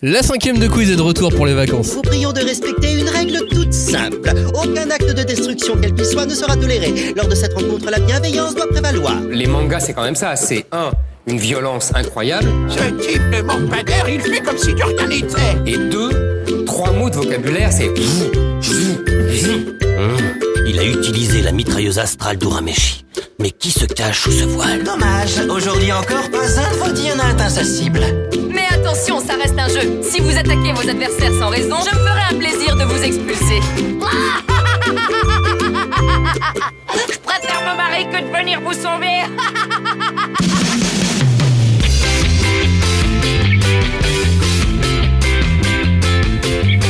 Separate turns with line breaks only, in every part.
La cinquième de quiz est de retour pour les vacances.
Vous prions de respecter une règle toute simple. Aucun acte de destruction, quel qu'il soit, ne sera toléré. Lors de cette rencontre, la bienveillance doit prévaloir.
Les mangas, c'est quand même ça. C'est un, une violence incroyable,
Ce type ne manque pas d'air, il fait comme si de rien n'était.
et deux, trois mots de vocabulaire, c'est.
Il a utilisé la mitrailleuse astrale d'Urameshi. Mais qui se cache sous ce voile
Dommage, aujourd'hui encore, pas un de vos dires n'a atteint sa cible.
Mais attention, ça reste un jeu. Si vous attaquez vos adversaires sans raison, je me ferai un plaisir de vous expulser. je préfère me marier que de venir vous sauver.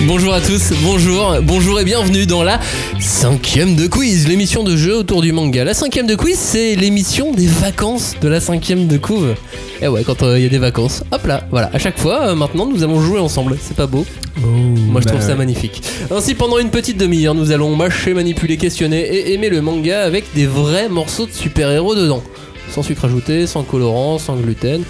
Bonjour à tous, bonjour, bonjour et bienvenue dans la cinquième de quiz, l'émission de jeu autour du manga. La cinquième de quiz, c'est l'émission des vacances de la cinquième de couve. Et ouais, quand euh, il y a des vacances, hop là, voilà. À chaque fois, euh, maintenant, nous allons jouer ensemble. C'est pas beau Moi, je trouve ça magnifique. Ainsi, pendant une petite demi-heure, nous allons mâcher, manipuler, questionner et aimer le manga avec des vrais morceaux de super-héros dedans. Sans sucre ajouté, sans colorant, sans gluten.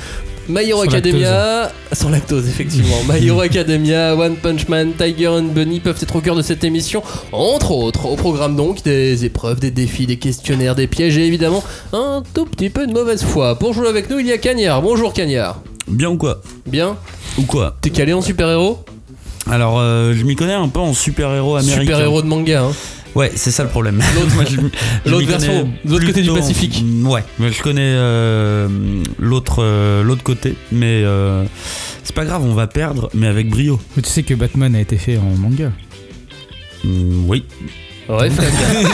My Hero Academia, sans Euh, lactose effectivement. My Hero Academia, One Punch Man, Tiger and Bunny peuvent être au cœur de cette émission, entre autres. Au programme donc des épreuves, des défis, des questionnaires, des pièges et évidemment un tout petit peu de mauvaise foi. Pour jouer avec nous, il y a Cagnard. Bonjour Cagnard.
Bien ou quoi
Bien
Ou quoi
T'es calé en super-héros
Alors, euh, je m'y connais un peu en super-héros américain.
Super-héros de manga. Hein.
Ouais, c'est ça le problème.
L'autre-
Moi, je m- je
l'autre
m'y connais
version, de l'autre côté du
plutôt en-
Pacifique.
Mm, Ouais, mais je connais euh, l'autre euh, l'autre côté, mais euh, c'est pas grave, on va perdre, mais avec brio.
Mais Tu sais que Batman a été fait en manga.
Mm, oui.
Ouais, Flavien.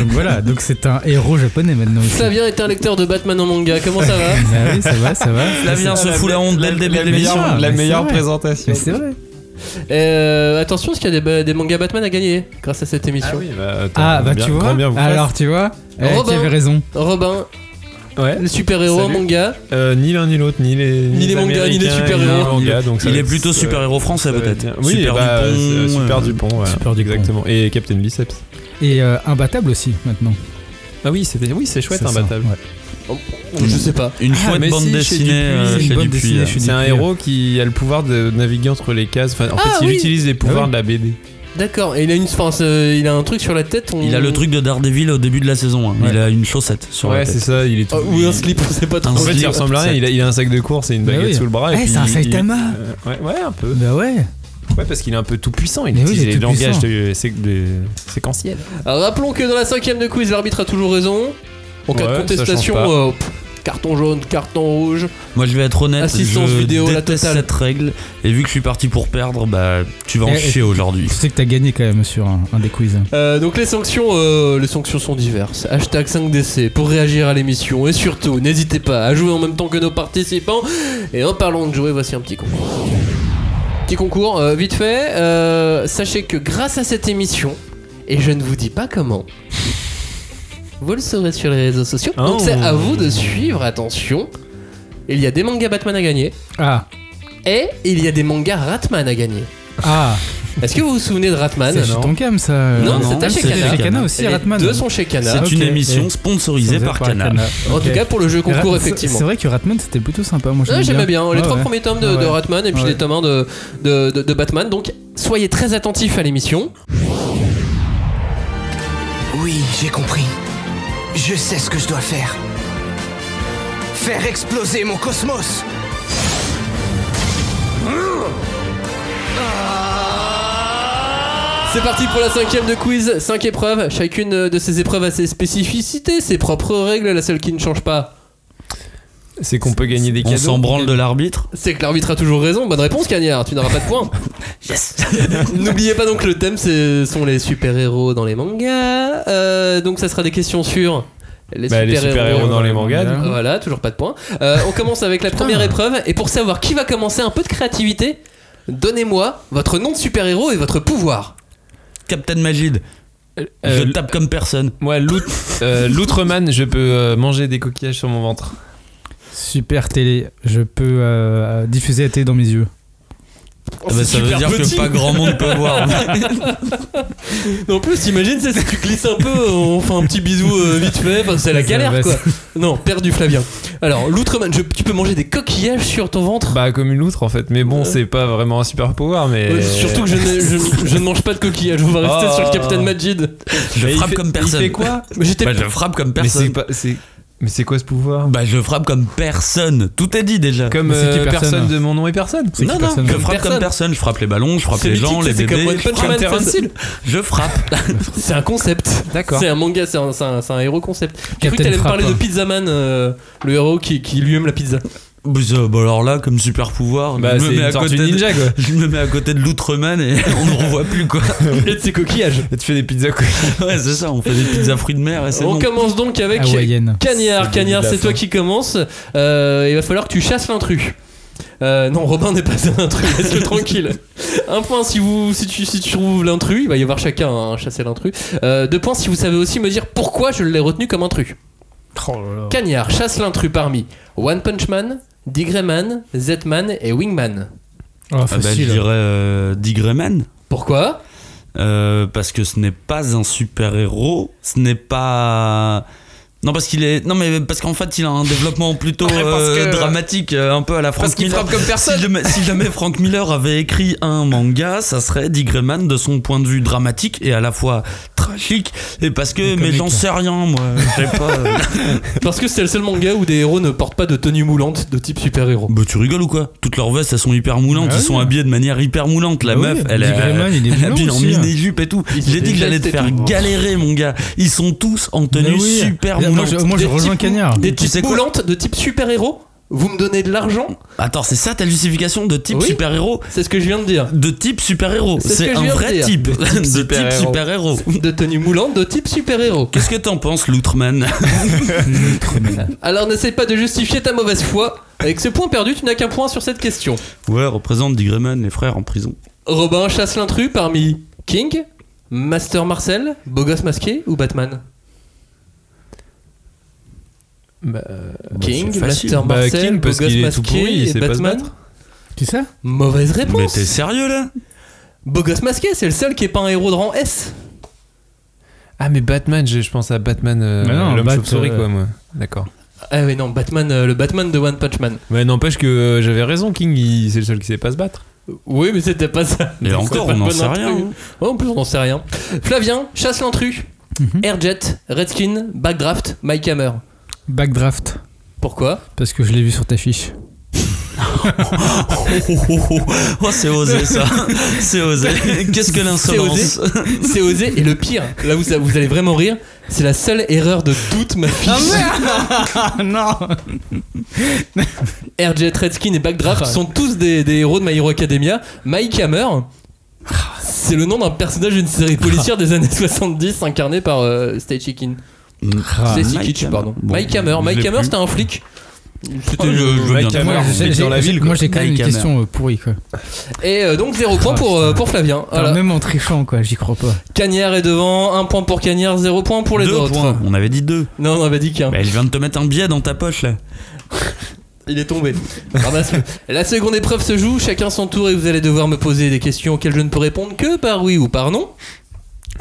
Donc voilà, donc c'est un héros japonais maintenant. aussi.
Flavien est un lecteur de Batman en manga, comment ça va
Ah oui, ça va, ça va.
Flavien se fout la honte dès le début de
meilleure-
l'émission.
la meilleure
présentation.
Mais c'est vrai.
Euh, Attention, parce qu'il y a des, ba- des mangas Batman à gagner grâce à cette émission.
Ah bah tu vois. Alors tu vois, eh,
Robin.
qui avait raison.
Robin,
Ouais.
le super-héros en
Salut.
manga.
Euh, ni l'un ni l'autre, ni les
Ni les mangas, ni les
Américains,
super-héros.
les mangas, donc ça
Il
va
est
être-
plutôt super-héros français
ça va être
peut-être.
bien. Oui,
super
bah,
Dupont,
euh, super
euh,
Dupont, voilà.
Super Dupont.
exactement. Et Captain Biceps.
Et euh, imbattable aussi maintenant.
Ah oui, c'est oui, c'est chouette,
C'est ça,
imbattable.
ouais.
Je sais pas.
Une
Ah,
chouette
mais
bande
si, chez
dessinée
Dupuis,
euh,
c'est une
chez
bande
Dupuis,
dessinée
euh.
chez
C'est un
Dupuis.
héros qui a le pouvoir de naviguer entre les cases. Enfin, en
Ah,
fait, il
oui.
utilise les pouvoirs
Ah oui.
de la BD.
D'accord, et il a une enfin, c'est- il a un truc sur la tête. on-
Il a le truc de Daredevil au début de la saison. hein. Il a une chaussette sur la
Ouais,
tête. Ah,
c'est ça, il est tout.
Oh, ou un slip, on sait pas trop.
Un
En fait,
slip.
il ressemble à rien. Il a, il a un sac de course et une
Bah
baguette
oui.
sous le bras. Ah, et
Eh,
puis
c'est un
il-
Saitama.
Euh, ouais, ouais, un peu.
Bah ouais.
Ouais, parce qu'il est un peu tout puissant. Il
Mais oui,
utilise
il est
les
tout
langages
puissant.
de, sé- de- séquentiels.
Alors, rappelons que dans la cinquième de quiz, l'arbitre a toujours raison. En cas
Ouais,
de
ça
contestation,
change
euh, pff, carton jaune, carton rouge.
Moi je vais être honnête,
Assistance
je
vidéo, la
déteste
totale.
cette règle et vu que je suis parti pour perdre, bah tu vas en
Eh,
chier aujourd'hui.
Tu sais que t'as gagné quand même sur un, un des quiz.
Euh, donc les sanctions, euh, les sanctions sont diverses. Hashtag 5DC pour réagir à l'émission et surtout n'hésitez pas à jouer en même temps que nos participants. Et en parlant de jouer, voici un petit concours. Petit concours, euh, vite fait. euh, sachez que grâce à cette émission, et je ne vous dis pas comment, vous le saurez sur les réseaux sociaux. Donc
Oh.
c'est à vous de suivre. Attention, il y a des mangas Batman à gagner
Ah,
et il y a des mangas Ratman à gagner.
ah,
Est-ce que vous vous souvenez de Ratman
c'est chez Tonkam ça.
Ah,
euh,
Non,
non,
c'était
c'est
chez Kana.
chez Kana aussi,
Les
Ratman.
Deux sont chez Kana.
C'est
ok.
une
Et-
émission sponsorisée par Canal.
En tout cas, pour le jeu concours,
Ra-
effectivement.
C'est vrai que Ratman c'était plutôt sympa. Moi
Ouais,
j'aimais
J'aimais bien. Les
Ouais,
trois
ouais.
premiers tomes de,
Ouais,
de
ouais.
Ratman et puis
Ouais.
les tomes 1 de, de, de- de Batman. Donc, soyez très attentifs à l'émission.
Oui, j'ai compris. Je sais ce que je dois faire. Faire exploser mon cosmos.
C'est parti pour la cinquième de quiz. Cinq épreuves. Chacune de ces épreuves a ses spécificités, ses propres règles. La seule qui ne change pas,
C'est qu'on peut gagner des
On
cadeaux.
s'en branle de l'arbitre.
c'est que l'arbitre a toujours raison. Bonne réponse, Cagnard. Tu n'auras pas de points.
Yes.
N'oubliez pas donc le thème ce sont les super-héros dans les mangas. Euh, donc, ça sera des questions sur les
Bah, les super-héros dans les mangas.
Voilà.
Voilà, toujours pas de points. Euh, on commence avec la première épreuve. Et pour savoir qui va commencer, un peu de créativité, donnez-moi votre nom de super-héros et votre pouvoir.
Captain Magid.
euh,
je tape comme personne.
Moi, l'out- euh, l'Outreman, je peux euh, manger des coquillages sur mon ventre.
Super télé, je peux euh, diffuser la télé dans mes yeux.
Ah bah, ça veut dire que pas grand monde peut voir.
En plus, t'imagines, c'est si tu glisses un peu, on fait un petit bisou euh, vite fait, enfin, c'est la
Ça
galère
va,
quoi. Non, perdu Flavien. Alors, l'Outreman, je- tu peux manger des coquillages sur ton ventre
Bah comme une loutre en fait, mais bon, c'est pas vraiment un super pouvoir, mais.
Ouais, Surtout que je ne, je- je ne mange pas de coquillages, on va rester
Oh.
sur
Ah.
le Captain Majid.
Je
Mais il
frappe
fait-
comme personne.
Il fait quoi
Mais J'étais
Bah, je frappe comme
Mais c'est
personne.
pas- c'est- Mais c'est quoi ce pouvoir
Bah, je frappe comme personne. Tout est dit déjà.
Comme
Mais c'est qui
euh, personne,
personne
de mon nom et personne.
C'est
non,
qui
non,
personne
je
Comme
frappe
personne.
comme personne. Je frappe les ballons, je frappe
C'est
les
mythique,
gens,
ça,
les
c'est comme
bébés.
One
je
Punch
frappe-
Man, ça,
Terence
c'est-
Hill. Je frappe.
C'est un concept.
D'accord.
C'est un manga, c'est un, c'est un- c'est un héros concept. J'ai cru que
Captain
t'allais me
Frappe.
parler de Pizza Man, euh, le héros qui, qui lui aime la pizza.
Bah, ça, bah, alors là, comme super pouvoir,
Bah,
je, me
c'est
mets
une
à
tortue
côté de-
ninja quoi.
je me mets à côté de l'Outreman et on ne revoit plus quoi.
Et de ses coquillages.
Et tu fais des pizzas quoi.
Ouais, c'est ça, on fait des pizzas fruits de mer et c'est
On
bon.
commence donc
Ah
avec
Hawaïenne.
Cagnard. Cagnard, c'est toi qui commence. Euh, il va falloir que tu chasses l'intrus. Euh, non, Robin n'est pas un intrus, laisse-le tranquille. Un point si, vous, si, tu, si tu trouves l'intrus, il va y avoir chacun un chasser l'intrus. Euh, deux points si vous savez aussi me dire pourquoi je l'ai retenu comme intrus.
Oh
Oh,
Cagnard chasse l'intrus parmi One Punch Man, Digreyman, Z-Man et Wingman.
Oh,
Ah, bah, je
facile.
dirais euh, Dick Grayman,
Pourquoi
euh, parce que ce n'est pas un super héros, ce n'est pas. Non parce qu'il est non mais parce qu'en fait il a un développement plutôt euh, dramatique euh, un peu à la Frank Miller.
comme personne.
Si jamais, si jamais Frank Miller avait écrit un manga, ça serait Dick Grayman de son point de vue dramatique et à la fois tragique. Et parce que, mais
comique.
j'en sais rien, moi. Je sais pas. euh,
Parce que c'est le seul manga où des héros ne portent pas de tenue moulante de type super-héros.
bah, tu rigoles ou quoi Toutes leurs vestes, elles sont hyper moulantes.
Ah
Ils
oui.
sont habillés de manière hyper moulante. La
Ah oui,
meuf, elle
Dick
est. euh,
Grayman, il est
Elle est
mignon
habillée en
aussi, hein.
mini-jupe et tout.
Ils
J'ai
se
dit que j'allais te
détestent et
faire
tout.
galérer, mon gars. Ils sont tous en tenue
Mais oui.
super
Moi,
moulante.
je- Moi, je
Des
rejoins
types-
Cagnard.
Des
Tu
types
sais quoi
moulantes de type super-héros Vous me donnez de l'argent
Attends, c'est ça ta justification de type
Oui.
super-héros
C'est ce que je viens de dire.
De type super-héros.
C'est ce
C'est
que je
un
viens de
vrai
dire.
type.
De type
De type
super-héros.
super-héros.
de tenue moulante de type super-héros.
Qu'est-ce que t'en penses, Loutreman
Alors n'essaie pas de justifier ta mauvaise foi. Avec ce point perdu, tu n'as qu'un point sur cette question.
Ouais, représente Digrayman, les frères en prison.
Robin chasse l'intrus parmi King, Master Marcel, Beau Gosse Masqué ou Batman King,
c'est facile.
Bah, Master
Bah,
Marcel,
King,
Beau
parce
Gosse
qu'il est tout
Masqué
pourri, il
et
sait pas se
Batman
battre.
C'est ça
Mauvaise
Mais
réponse
t'es sérieux là
Beau Gosse Masqué, c'est le seul qui est pas un héros de rang S.
Ah mais Batman, je, je pense à Batman, euh,
Bah non,
l'homme
Bat,
chauve-souris
euh,
quoi moi. D'accord.
Ah mais non, Batman, euh, le Batman de One Punch Man.
Mais n'empêche que euh, j'avais raison, King, il- c'est le seul qui sait pas se battre.
Oui, mais c'était pas ça.
Mais
C'était
encore,
pas
on
le
n'en
bon
sait
intrus.
rien. hein.
Ouais, en plus, on n'en sait rien. Flavien, chasse l'intrus. Airjet, Redskin, Backdraft, Mike Hammer.
Backdraft.
Pourquoi
Parce que je l'ai vu sur ta fiche.
Oh, oh, oh, oh. Oh, c'est osé ça C'est osé Qu'est-ce que
C'est
l'insolence
C'est osé et le pire, là où ça- vous allez vraiment rire, c'est la seule erreur de toute ma fiche.
Ah non
Airjet, Redskin et
Ah
Backdraft sont tous des, des héros de My Hero Academia. Mike Hammer, c'est le nom d'un personnage d'une série policière des années 70 incarné par euh, Stacy Kin. Stacy
Ah, Mike
Kitch,
Hammer.
pardon.
Bon,
Mike Hammer,
je
Mike
l'ai
Hammer
plus.
c'était un flic. C'était-
Oh, je- je veux
Mike
bien.
Hammer.
Moi,
un
j'ai-
flic
j'ai-
dans la ville,
moi, j'ai quand même une
Avec un
question euh, pourrie quoi.
Et euh, donc 0 points pour, euh, pour Flavien.
Enfin,
Voilà.
Même en trichant quoi, j'y crois pas.
Cagnard est devant, un point pour Cagnard, zéro point pour les
Deux
autres. Ah.
points. On avait dit deux.
Non, on avait dit qu'un.
Bah, je viens de te mettre un billet dans ta poche là.
Il est tombé. Ramasse-le. La seconde épreuve se joue, chacun son tour et vous allez devoir me poser des questions auxquelles je ne peux répondre que par oui ou par non.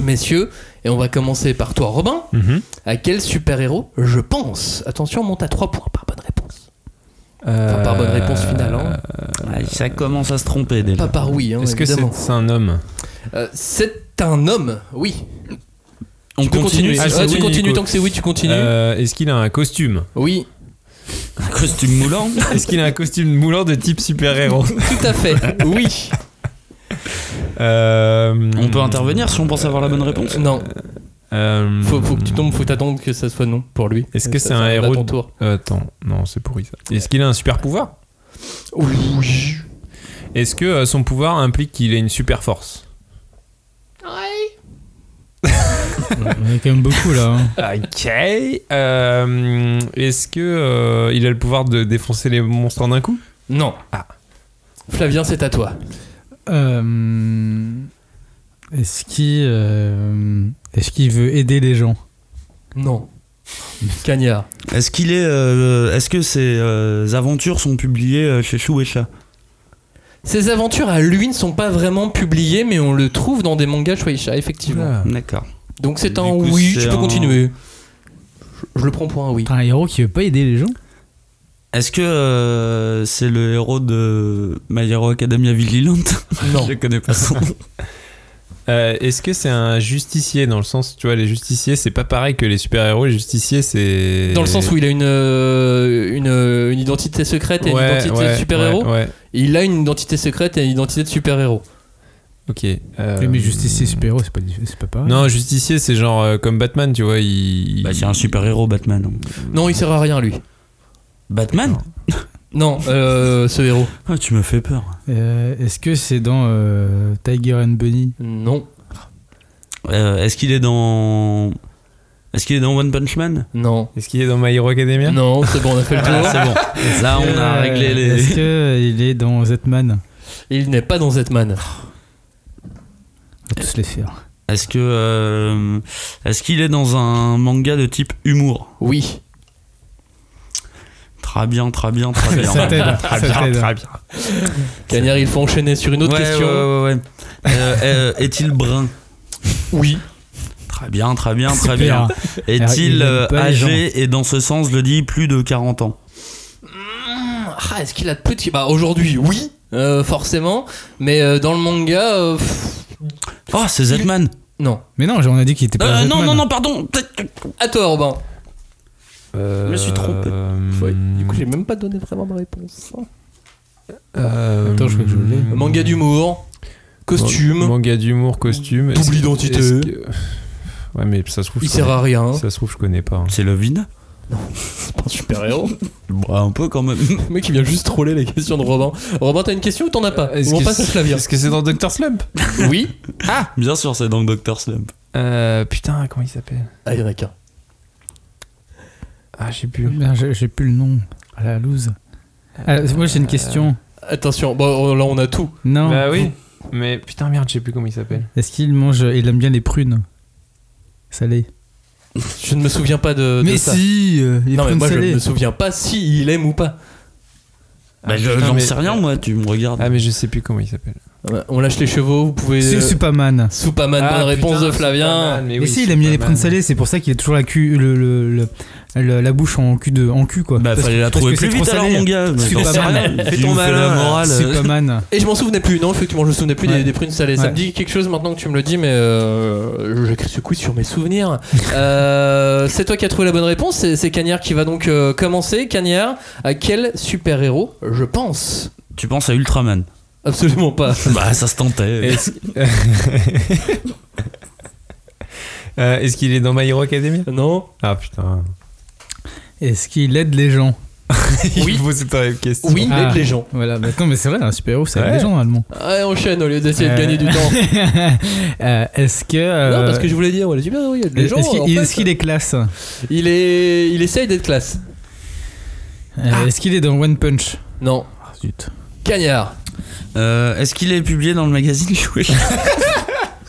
Messieurs, et on va commencer par toi Robin.
Mhm.
À quel super-héros je pense Attention, on monte à 3 points par bonne réponse. Enfin, par
Euh,
bonne réponse finale, hein.
Ah, ça commence à se tromper déjà.
Pas par oui, hein,
Est-ce que c'est
évidemment.
c'est un homme
Euh, C'est un homme, oui.
On
Tu peux
continue.
continuer,
Ah,
ouais,
c'est
tu
oui,
continues
Nico.
tant que c'est oui, tu continues.
Euh, Est-ce qu'il a un costume
Oui,
Un costume moulant
Est-ce qu'il a un costume moulant de type super-héros
tout à fait. oui.
Euh,
On peut intervenir si on pense avoir la bonne réponse
Non.
euh,
Faut, faut que tu tombes, faut t'attendre que ça soit non pour lui.
Est-ce que
Ça,
c'est
ça
un
arrive à
héros
ton
de-
tour.
Euh, Attends, non, c'est pourri ça. Est-ce qu'il a un super pouvoir
Oui.
Est-ce que euh, son pouvoir implique qu'il ait une super force
On en a quand même beaucoup là. hein.
Ok. Euh, Est-ce que euh, il a le pouvoir de défoncer les monstres en un coup
Non. Ah. Flavien, c'est à toi.
Euh, est-ce qu'il euh, est-ce qu'il veut aider les gens
Non. Cagnard.
Est-ce qu'il est. euh, Est-ce que ses euh, aventures sont publiées euh, chez Chouécha
Ses aventures à lui ne sont pas vraiment publiées, mais on le trouve dans des mangas Shueisha, effectivement.
D'accord.
Donc c'est
Du
un
coup,
oui,
c'est
tu peux
un-
continuer. Je, je le prends pour un oui.
T'as un héros qui veut pas aider les gens
Est-ce que euh, c'est le héros de My Hero Academia Vigilante
Non.
Je connais pas son nom.
Euh, Est-ce que c'est un justicier dans le sens, tu vois, les justiciers, c'est pas pareil que les super-héros. Les justiciers, c'est.
Dans le sens où il a une, euh, une, euh, une identité secrète et une
Ouais,
identité
ouais,
de super-héros.
Ouais, ouais.
Il a une identité secrète et une identité de super-héros.
ok. euh,
Oui, Mais justicier super-héros, c'est pas, diff- c'est pas pareil.
Non, justicier, c'est genre euh, comme Batman, tu vois. Il...
Bah, c'est un super héros Batman.
Non, il sert à rien, lui.
Batman
Non, euh, ce héros.
Ah, tu me fais peur.
Euh, Est-ce que c'est dans euh, Tiger and Bunny
Non,
Euh, Est-ce qu'il est dans Est-ce qu'il est dans One Punch Man
non.
Est-ce qu'il est dans My Hero Academia
Non, c'est bon, on a fait le
Ah,
tour.
C'est bon. Là, on a
Euh,
réglé
Est-ce
les.
qu'il est dans Z-Man
Il n'est pas dans Zetman.
On va tous les faire.
Est-ce que euh, Est-ce qu'il est dans un manga de type humour
Oui.
Très bien, très bien, très bien.
Ça t'aide. ça t'aide.
Cagnard, il faut enchaîner sur une autre
Ouais,
question.
ouais, ouais, ouais. Euh, euh, Est-il brun
Oui.
Très bien, très bien, très
Super.
bien. Est-il
aime
euh,
pas les
âgé et dans ce sens, je le dis, plus de 40 ans
Ah, est-ce qu'il a de petit. Bah, aujourd'hui, oui, euh, forcément. Mais euh, dans le manga. euh, pff,
Oh, c'est Zetman
non.
Mais non, on a dit qu'il était pas. hein.
Euh, Non,
dans Ah, Zetman.
non, non, pardon
À toi, Robin.
Euh,
Je me suis trompé.
Hmm.
Du coup, j'ai même pas donné vraiment ma réponse. hein.
Attends,
je crois que je l'ai.
Euh, Manga d'humour, costume,
Euh, hmm. Manga d'humour, costume.
Double
Est-ce-
identité.
est-ce que- Ouais, mais ça se trouve.
il
je
sert
connais-
à rien.
Ça se trouve, je connais pas. hein.
C'est le vide
C'est pas un super héros.
Bah, un peu quand même.
Le mec, il vient juste troller les questions de Robin. Robin, t'as une question ou t'en as pas
Euh, Est-ce
Ou On
que
passe à
c'est-
Flavien.
Est-ce que c'est dans Doctor Slump
Oui.
Bien sûr, c'est dans Doctor Slump.
Euh, Putain, comment il s'appelle
Ah, il y en a qu'un.
Ah, j'ai plus.
Merde, j'ai- J'ai plus le nom. Ah la loose. Ah, moi j'ai une
Euh,
question.
Attention, bon, oh, là, on a tout.
Non.
Bah oui. Mais putain, merde, je sais plus comment il s'appelle.
Est-ce qu'il mange Il aime bien les prunes salées.
Je ne me souviens pas de, de
mais
ça.
si, euh, les
non, mais
prunes
moi, je ne
salées.
me souviens pas si il aime ou pas.
Ah,
Bah, je-
putain,
j'en
mais-
sais rien, moi, tu me regardes.
Ah, mais je sais plus comment il s'appelle.
Ah bah, On lâche les chevaux, vous pouvez. euh,
C'est Superman.
Soupaman,
Ah,
bonne réponse
putain,
de Flavien.
Superman,
Eh
Mais,
oui,
si, il aime bien les
Superman.
prunes salées, c'est pour ça qu'il a toujours la, cul, le, le- le- le- la bouche en cul, de, en cul quoi.
Bah,
Parce-
fallait la
parce
trouver
que c'est
plus
trop
vite alors,
salé.
mon gars. Mais j'en sais
Superman.
rien.
Fais
Tu
ton
me fais la
malin,
morale.
Superman.
Et je m'en souvenais plus, non, effectivement, je me souvenais plus des,
Ouais.
des prunes salées. Ça
Ouais.
me dit quelque chose maintenant que tu me le dis, mais euh, j'écris ce quiz sur mes souvenirs. Euh, c'est toi qui as trouvé la bonne réponse, c'est, c'est Cagnard qui va donc euh, commencer. Cagnard, à quel super-héros je pense
Tu penses à Ultraman
Absolument pas.
Bah, ça se tentait.
Est-ce Euh, est-ce qu'il est dans My Hero Academia
Non
Ah putain.
Est-ce qu'il aide les gens
Oui. vous c'est pas la question.
Oui, il
Ah.
aide les gens.
Voilà, bah, non, mais c'est vrai, un super-héros, ça aide
Ouais.
les gens normalement.
Allez, enchaîne au lieu d'essayer de
Euh,
gagner du temps.
Euh, Est-ce que.
Non,
euh,
parce que je voulais dire, ouais, les super-héros, il aide les gens.
Est-ce qu'il
en fait.
est-ce qu'il est classe
Il est- il essaye d'être classe.
Euh,
Ah.
Est-ce qu'il est dans One Punch
Non. Cagnard.
Euh, Est-ce qu'il est publié dans le magazine Shueisha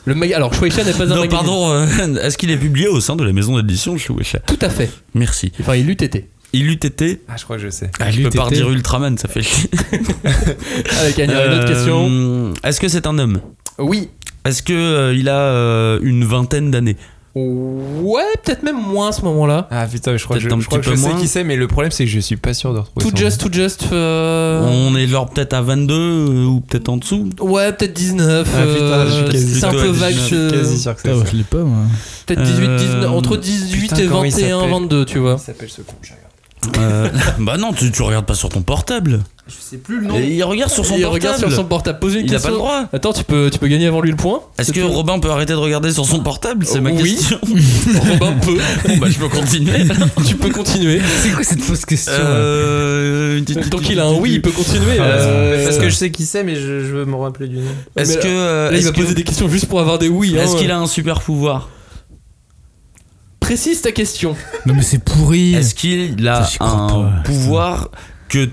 Le maga- Alors, Shueisha n'est pas un
Non,
magazine.
pardon. euh, Est-ce qu'il est publié au sein de la maison d'édition Shueisha
Tout à fait.
Merci.
Enfin, il l'eût été.
Il eût été.
Ah je crois que je sais.
Ah, je peux pas
été.
redire Ultraman, ça fait chier.
Allez, Cagnard, une autre
Euh,
question.
Est-ce que c'est un homme
Oui.
Est-ce que euh, il a euh, une vingtaine d'années
Ouais, peut-être même moins à ce moment-là.
Ah putain, mais je crois que je,
Peut-être un
je, crois
petit
que je
peu
sais
moins.
qui c'est, mais le problème c'est que je suis pas sûr de retrouver.
Tout
son
just, tout just. euh,
On est genre peut-être à 22 euh, ou peut-être en dessous.
Ouais, peut-être 19.
Ah, putain,
euh,
je suis quasi
c'est un
sûr
peu
à
vague.
19,
je-
nom. Quasi sûr que c'est
Putain,
ça.
Ah, je l'ai pas moi.
Peut-être 18, 19,
Euh,
entre 18
putain,
et
comment il
21,
s'appelle
22, tu vois.
Il s'appelle ce con, je regarde.
Euh, bah non, tu, tu regardes pas sur ton portable.
Je sais plus le nom.
Et il regarde sur son
il
portable.
regarde sur son portable. Pose une
Il a
question.
pas le droit.
Attends, tu peux, tu peux gagner avant lui le point
Est-ce
C'est
que
tout. Oh.
Robin peut arrêter de regarder sur son portable C'est ma
Oui.
question.
Robin peut
Bon, bah je peux continuer.
Tu peux continuer.
C'est quoi cette fausse question
Euh,
Tant qu'il a un oui, il peut continuer. euh,
Parce que je sais qui c'est, mais je, je veux me rappeler du nom.
Est-ce
Mais
que euh,
Là, il
est-ce
va
que-
poser des questions juste pour avoir des oui.
est-ce
hein.
qu'il a un super pouvoir
Précise ta question.
Non, mais c'est pourri.
Est-ce qu'il a
Ça, j'y crois
un
pas.
pouvoir que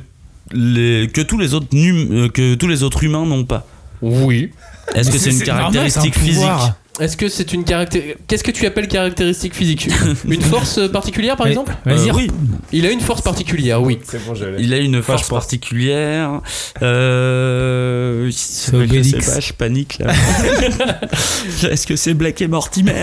les que tous les autres num- euh, que tous les autres humains n'ont pas
Oui.
Est-ce que
Mais
c'est une
normal,
caractéristique
c'est un
physique
pouvoir.
Est-ce que c'est une caractéristique Qu'est-ce que tu appelles caractéristique physique Une force euh, particulière, par
Mais-
exemple
Vas-y,
Euh, oui,
Il a une force particulière, oui.
C'est bon, je l'ai.
il a une force particulière. Euh,
C'est Obélix.
Je, sais pas, je panique là. Est-ce que c'est Black et Mortimer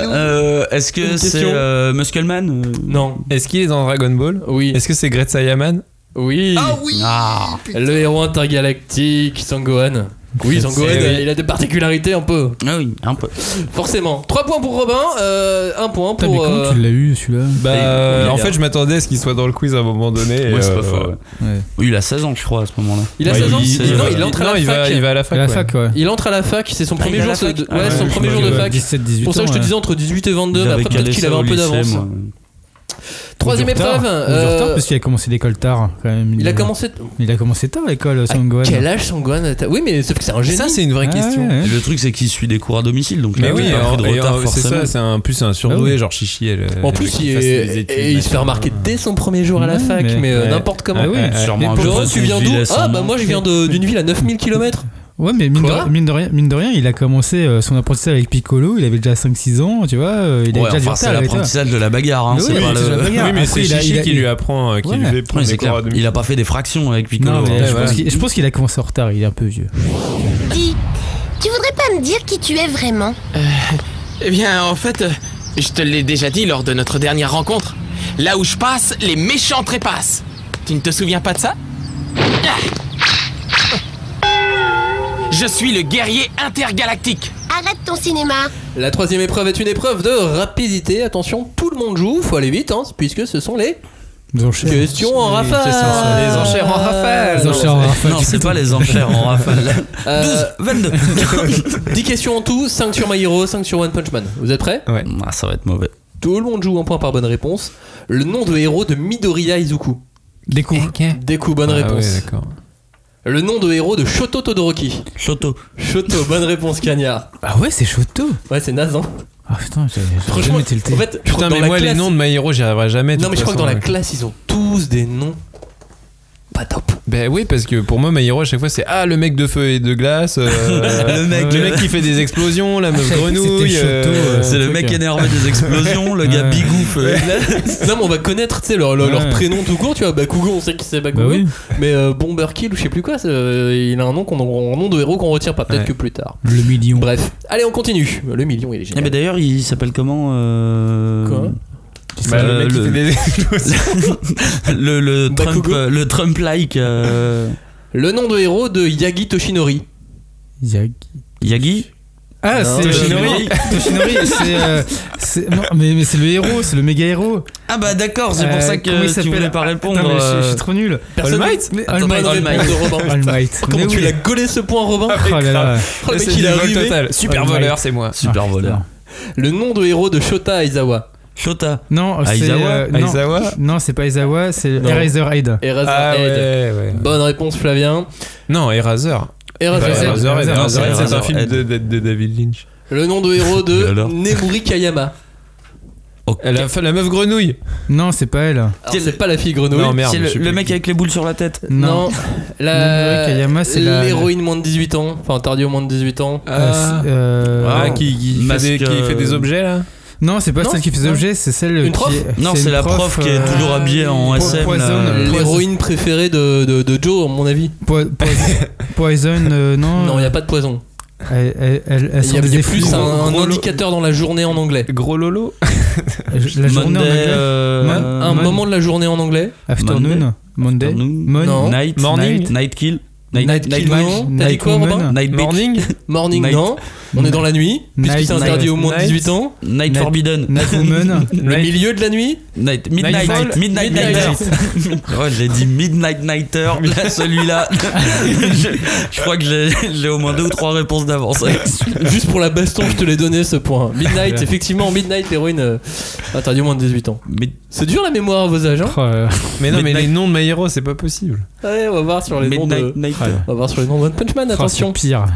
Euh, Est-ce
Une
que
question.
c'est euh, Muscleman Euh,
Non.
Est-ce qu'il est dans Dragon Ball
Oui.
Est-ce que c'est Great Saiyaman
Oui.
Ah,
Le héros intergalactique, Sangohan. Oui, Sangohan,
C'est-
euh, il a des particularités un peu.
ah oui, un peu.
Forcément. 3 points pour Robin, 1 point
Putain, mais
pour.
comment
euh,
tu l'as eu celui-là
Bah,
Et-
euh,
il a
en
l'air.
fait, je m'attendais à ce qu'il soit dans le quiz à un moment donné. et,
Ouais, c'est
euh,
pas fort. ouais.
Ouais.
Oui, Il a 16 ans, je crois, à ce moment-là.
Il a
ouais,
16 ans
il-
il- Non,
va-
il entre à la
non, il va-
fac.
il va à la fac.
À la
ouais.
fac, ouais.
Il entre à la fac, c'est son
Ah,
premier
il a
jour
la
de-
fac.
de-
Ah
ouais,
ouais,
son
je
premier
crois
jour de
que-
fac.
17-18
C'est pour ça que je te
ans,
disais entre 18 et 22,
Il
mais
avait
après peut-être
calé
qu'il
ça
avait
au
un peu
lycée,
d'avance.
moi.
Troisième
Ou du retard.
épreuve.
Ou du
euh,
retard, parce qu'il a commencé l'école tard quand même.
il a commencé.
il a commencé tard l'école,
À
Sangohan.
quel âge Sangohan a- Oui, mais sauf que c'est un génie.
Ça, c'est une vraie
Ah,
question.
ouais, ouais.
Et Le truc, c'est qu'il suit des cours à domicile, donc il
Mais
a
oui,
pas
alors,
pris de
et,
retard
euh, c'est
forcément.
ça, c'est un plus c'est un surdoué,
Ah oui.
genre Chichi. Elle,
En plus, il, est- et il se fait remarquer dès son premier jour à la
Ouais,
fac, mais,
mais-
euh,
Ouais.
n'importe comment.
Ah oui,
Ouais, ouais.
sûrement.
Mais
Genre,
Dans
tu
une
viens d'où
ville à son
Ah, bah
nom.
moi je viens de- d'une ville à 9000 km.
Ouais, mais mine
Quoi
de, mine, de rien, mine de rien, il a commencé euh, son apprentissage avec Piccolo, il avait déjà 5-6 ans, tu vois, euh, il avait
Ouais,
déjà du
enfin, c'est
retard. avec toi.
l'apprentissage de la bagarre. hein,
Mais
c'est
oui,
pas
mais
le-
c'est la bagarre.
Oui, mais
Après,
c'est
il a-
Chichi
il a-
qui lui apprend, euh, qui lui
Ouais.
fait prendre
Ouais,
les
c'est
cours
clair.
à demi.
Il a pas fait des fractions avec Piccolo.
Non, mais
hein,
ouais,
je,
je
voilà.
pense
pense.
qu'il, je pense qu'il a commencé en retard, il est un peu vieux.
Dis, tu voudrais pas me dire qui tu es vraiment
Eh bien, en fait, euh, je te l'ai déjà dit lors de notre dernière rencontre. Là où je passe, les méchants trépassent. Tu ne te souviens pas de ça Je suis le guerrier intergalactique.
Arrête ton cinéma.
La troisième épreuve est une épreuve de rapidité. Attention, tout le monde joue, faut aller vite, hein, puisque ce sont les
Les enchères.
questions en rafale.
Les enchères en rafale.
Les enchères en rafale.
Non, c'est pas les enchères en rafale.
Euh,
22.
10 questions en tout, 5 sur My Hero, 5 sur One Punch Man. Vous êtes prêts
Ah, ça va être mauvais.
Tout le monde joue un point par bonne réponse. Le nom de héros de Midoriya Izuku.
Des coups.
Des coups, bonne
Ah
eh. réponse.
ouais, d'accord.
le nom de héros de Shoto Todoroki.
Choto.
Shoto, bonne réponse, Kanya.
Ah ouais, c'est Choto.
Ouais, c'est naze, hein.
Ah putain, j'ai, j'ai
Franchement,
jamais été le
en fait, je crois
Putain,
que dans
mais
la
moi, les
classe-
noms de My Hero, j'y arriverai jamais. de
Non, mais
toute
je crois que dans
façon,
la
ouais.
classe, ils ont tous des noms pas top.
Ben oui, parce que pour moi, My Hero, à chaque fois, c'est Ah, le mec de feu et de glace. euh,
Le mec-
le mec qui fait des explosions, la meuf
Ah,
grenouille.
c'était Shoto,
euh,
ouais.
C'est le mec énervé des explosions, le gars
Ouais.
bigouf. euh,
non, mais on va connaître, tu sais, leur, leur, leur
Ouais.
prénom tout court, tu vois. Bakugo, on sait qui c'est
Bah
Bakugo.
oui.
Mais euh, Bomber Kill ou je sais plus quoi, c'est, euh, il a un nom, qu'on, un nom de héros qu'on retire pas, peut-être
Ouais.
que plus tard.
Le million.
Bref, allez, on continue. Le million, il est
Eh,
ben,
génial.
mais d'ailleurs, il s'appelle comment euh,
Quoi
bah, le
Euh,
mec qui
le-
fait des explosions.
le, le
Bah,
Trump,
Bakugo.
euh, le Trump like euh,
Le nom de héros de Yagi Toshinori.
Yag.
Yagi.
Ah,
Non,
c'est
Toshinori.
Toshinori, c'est, euh, c'est- non, mais, mais c'est le héros, c'est le méga héros.
Ah bah d'accord, c'est pour
Euh,
ça
comment il
que tu
s'appelle
voulais pas répondre.
Non, mais je, je
euh,
suis trop nul.
Personne-
All Might Mais-
Attends,
All Might.
Bonne
All
réponse de Robin.
All Might.
Comment
Mais
tu
oui.
l'as gaulé ce point, Robin
Oh là là.
Oh, le mec,
C'est
il
du
est
vol
arrivé.
total. Super
Oh,
voleur, c'est moi.
Super
Ah,
voleur.
putain.
Le nom de héros de Shota Aizawa.
Shota.
Non, c'est
Aizawa
euh, non.
Aizawa
Non, c'est pas Aizawa, c'est
Non.
Eraserhead.
Eraser
Ah
Head.
ouais, ouais.
Bonne réponse, Flavien.
Non, Eraser.
Eraser
Bah,
Head.
Eraser, Head,
Eraser,
Eraser Head, c'est un
Eraser
film
Head.
de de- de David Lynch.
Le nom de héros
Et
de
alors
Nemuri Kayama.
Ok.
La la meuf grenouille.
Non, c'est pas elle.
Alors, c'est pas la fille grenouille.
Non, merde.
C'est
je sais
le, le
plus.
mec avec les boules sur la tête.
Non, la...
Nemuri Kayama, c'est la-
l'héroïne moins de 18 ans, enfin interdit au moins de 18 ans.
Ah.
Euh, c'est- euh,
Ah,
non.
qui, qui, fait
Masque,
des, qui
euh,
fait des objets là
Non, c'est pas
Non,
celle qui fait
non.
des objets, c'est celle.
Une
qui
prof
est-
Non, c'est la prof qui est
euh,
toujours habillée en
po-
SM.
Poison.
là.
Les-
L'héroïne préférée de, de, de Joe, à mon avis.
po- po- Poison, euh, non.
Non, il n'y a pas de poison.
Elle, elle, elle,
Il y
elle sort
a il y
des
a plus hein.
effluves.
un, un
gros lot.
indicateur dans la journée en anglais.
Gros Lolo
La journée en
Monday,
anglais.
euh,
Mon-
un
Mon-
moment de la journée en anglais.
Afternoon. Monday.
Afternoon.
Mon-
Non.
Night,
Morning.
night, night kill,
Night, Kill,
night,
non.
Night
T'as dit quoi,
Woman.
Robin
night, bake,
Morning
Morning,
Night.
non. On est dans la nuit, puisque
Night,
c'est interdit
night.
au moins de
Night.
18 ans.
night
Night-
forbidden,
Night Woman.
Le milieu de la nuit.
night, midnight,
Nightfall.
midnight,
Midnight.
nighter. ouais, j'ai dit midnight nighter. Là, celui-là, je, je crois que j'ai- j'ai au moins deux ou trois réponses d'avance.
Juste pour la baston, je te l'ai donné ce point. Midnight, effectivement, Midnight, l'héroïne euh, interdit au moins de 18 ans.
Mid-
C'est dur la mémoire à vos âges, hein
Oh, euh,
Mais non, mais
Midnight.
les noms de My Hero, c'est pas possible.
Ouais, on va voir sur les noms de.
midnight nighter.
On va voir sur les noms de One Punch Man,
oh,
attention.
c'est Pire.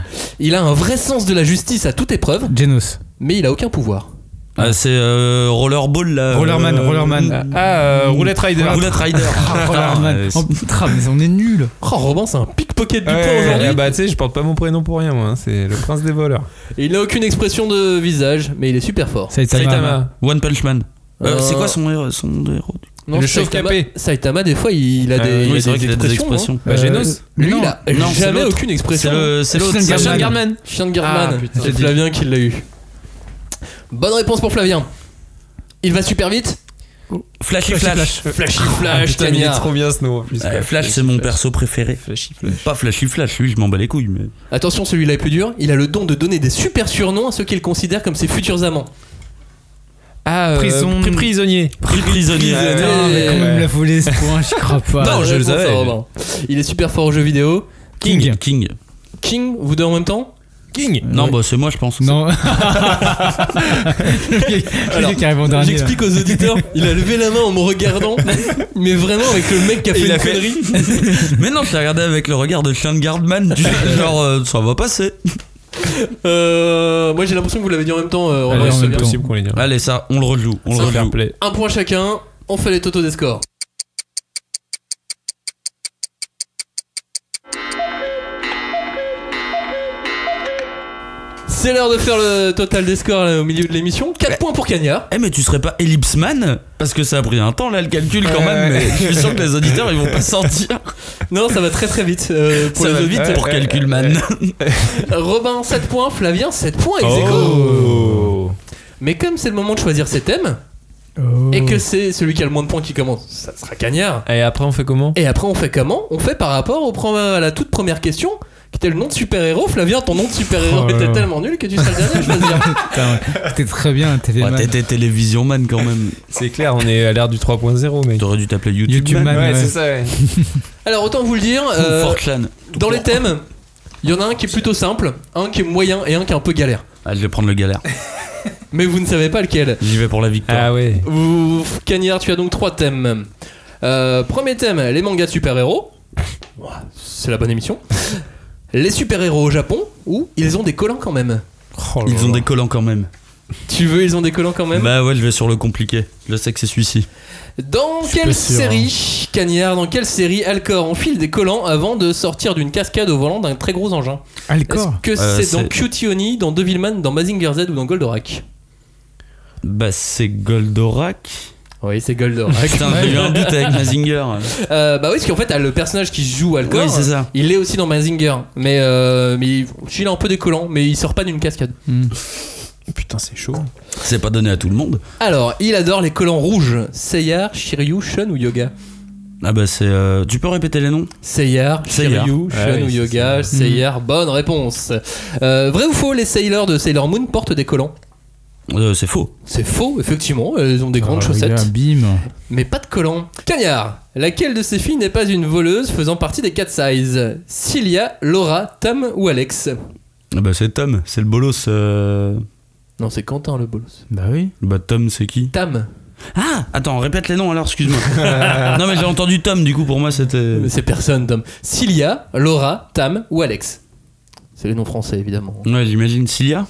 Il a un vrai sens de la justice à toute épreuve,
Genos.
mais il a aucun pouvoir.
Ah, c'est euh, Rollerball là.
Rollerman,
euh,
Rollerman.
Ah, euh, Roulette Rider.
Roulette Rider.
Ah, Rollerman.
Ouais,
Oh, putain, mais on est nuls.
Oh, Robin, c'est un pickpocket du
Ouais,
poids aujourd'hui.
ah bah tu sais, je porte pas mon prénom pour rien, moi. hein. C'est le prince des voleurs.
Il n'a aucune expression de visage, mais il est super fort.
Saitama.
Saitama.
bah, One Punch Man. Euh,
Euh,
C'est quoi son héros, son héros du-
Non,
Le chauve
Saitama,
capé.
Saitama, des fois, il, il a
Ah,
des, Euh,
oui,
il a
c'est vrai qu'il a des expressions.
hein.
Bah, Genos.
Lui,
Non.
il a
Non, c'est
jamais
l'autre.
aucune
C'est
expression.
le- c'est l'autre.
Shingan
c'est-
Gatman.
Gardman.
Chien de Garman,
Ah, putain.
c'est Flavien qui l'a eu. Bonne réponse pour Flavien. Il va super vite.
Flashy Flash.
Flashy Flash,
Ah, Putain, mais il est
cagnard.
trop bien ce nom en plus.
Euh, Flash, c'est mon perso préféré.
Flashy Flash.
Pas Flashy Flash, lui, je m'en bats les couilles. Mais...
Attention, celui-là est plus dur. Il a le don de donner des super surnoms à ceux qu'il considère comme ses futurs amants.
Ah, euh,
Prison-
pri- prisonnier.
Pris prisonnier.
Prisonnier.
Putain, mais comment
Ouais.
il me l'a volé ce point Je crois pas.
Bonne
je le
réponse à
savais.
Robin. Il est super fort aux jeux vidéo.
King.
King.
King, vous deux en même temps
King.
Non, bah c'est moi, je pense.
Non. Le mec qui arrive en dernier. là.
J'explique aux auditeurs, il a levé la main en me regardant, mais vraiment avec le mec qui a fait
il
une
a fait-
connerie.
mais non, je l'ai regardé avec le regard de Sean Gardman. du- Genre, euh, ça va passer.
Euh, moi j'ai l'impression que vous l'avez dit en même temps, euh, Robin,
Allez,
je
en
sais
même
bien.
C'est
temps.
possible qu'on les dise.
Allez, ça, on le rejoue. On le
Fair
rejoue.
play.
Un point chacun, on fait les totaux des scores. C'est l'heure de faire le total des scores là, au milieu de l'émission. 4 points pour Cagnard.
Eh, mais tu serais pas Ellipsman Parce que ça a pris un temps, là, le calcul quand même. Mais je suis sûr que les auditeurs, ils vont pas sentir.
Non, ça va très très vite. euh, pour
ça
les
va
autres.
vite pour
ouais,
Calculman.
Robin 7 points, Flavien 7 points, ex aequo.
Oh.
Mais comme c'est le moment de choisir ses thèmes,
Oh.
et que c'est celui qui a le moins de points qui commence, ça sera Cagnard.
Et après, on fait comment
Et après, on fait comment On fait par rapport au pre- à la toute première question, qui était le nom de super-héros. Flavien, ton nom de super-héros
Oh là
était
là.
tellement nul que tu seras le dernier à choisir.
Putain, ouais. C'était très bien, TV
Ouais,
Man.
T'étais télévision man quand même.
C'est clair, on est à l'ère du 3.0, mais.
T'aurais dû t'appeler YouTube,
YouTube
man.
Man. ouais.
ça, ouais.
Alors, autant vous le dire, euh,
Ou 4chan.
dans les thèmes, il y en a un qui est plutôt simple, un qui est moyen et un qui est un peu galère.
Ah, je vais prendre le galère.
Mais vous ne savez pas lequel.
J'y vais pour la victoire.
Ah ouais.
Vous, Cagnard, tu as donc trois thèmes. Euh, premier thème, les mangas de super-héros. Ouah, C'est la bonne émission. Les super-héros au Japon, où ils ont des collants quand même.
Ils ont des collants quand même.
Tu veux, ils ont des collants quand même
Bah ouais, je vais sur le compliqué. Je sais que c'est celui-ci.
Dans
suis
quelle
pas sûr,
série, Cagnard, dans quelle série Alcor enfile des collants avant de sortir d'une cascade au volant d'un très gros engin Est-ce
Alcor.
que
Euh,
c'est dans
c'est-
Cutie Honey, dans Devilman, dans Mazinger Z ou dans Goldorak
Bah c'est Goldorak.
Oui, c'est Goldorak.
Putain, j'ai eu un doute avec Mazinger.
Euh, bah oui, parce qu'en fait, le personnage qui joue Alcor,
Oui, c'est ça.
il est aussi dans Mazinger. Mais, euh, mais il, il a un peu des collants, mais il sort pas d'une cascade.
Putain, c'est chaud.
C'est pas donné à tout le monde.
Alors, il adore les collants rouges Seyar, Shiryu, Shun ou Yoga
Ah bah c'est... euh, Tu peux répéter les noms
Seiya,
Seiya.
Shiryu,
Ah
Shun
oui,
ou
c'est
Yoga, Seiya, bonne réponse. Euh, vrai ou faux, les sailors de Sailor Moon portent des collants
Euh, C'est faux.
C'est faux, effectivement, elles ont des grandes
Oh,
chaussettes,
regarde, Bim.
mais pas de collants. Cagnard, laquelle de ces filles n'est pas une voleuse faisant partie des 4 sizes Cilia, Laura, Tam ou Alex
Ah bah c'est Tom. C'est le bolos. euh,
Non, c'est Quentin le bolos.
Bah oui.
Bah Tom c'est qui
Tam,
Ah Attends, répète les noms alors, excuse-moi. non mais j'ai entendu Tom, du coup pour moi c'était...
mais c'est personne, Tom. Cilia, Laura, Tam ou Alex C'est les noms français, évidemment.
Ouais, j'imagine Cilia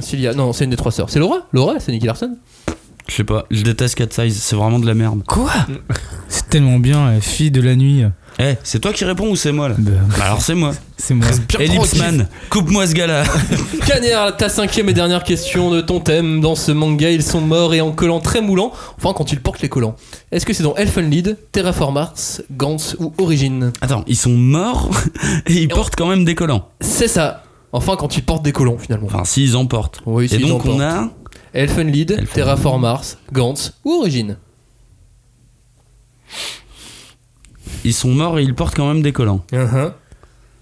Cilia, non, c'est une des trois sœurs. C'est Laura Laura, c'est Nicky Larson
Je sais pas, je déteste Cat Size, c'est vraiment de la merde.
Quoi C'est tellement bien, euh, fille de la nuit.
Eh, c'est toi qui réponds ou c'est moi là
Bah,
Bah alors c'est moi.
c'est moi.
Ellipsman, coupe-moi ce gars-là.
Cagnard, ta cinquième et dernière question de ton thème. Dans ce manga, ils sont morts et en collant très moulant, enfin quand ils portent les collants. Est-ce que c'est dans Elfenlied, Terraform Mars, Gantz ou Origin
Attends, ils sont morts et ils
on-
portent quand même des collants.
C'est ça. Enfin quand ils portent des collants finalement.
Enfin, s'ils en portent.
Oui,
et
s'ils en
donc on
portent.
a.
Elfenlied,
Elfenlied.
Terraform Mars, Gantz ou Origin
Ils sont morts et ils portent quand même des collants.
Uh-huh.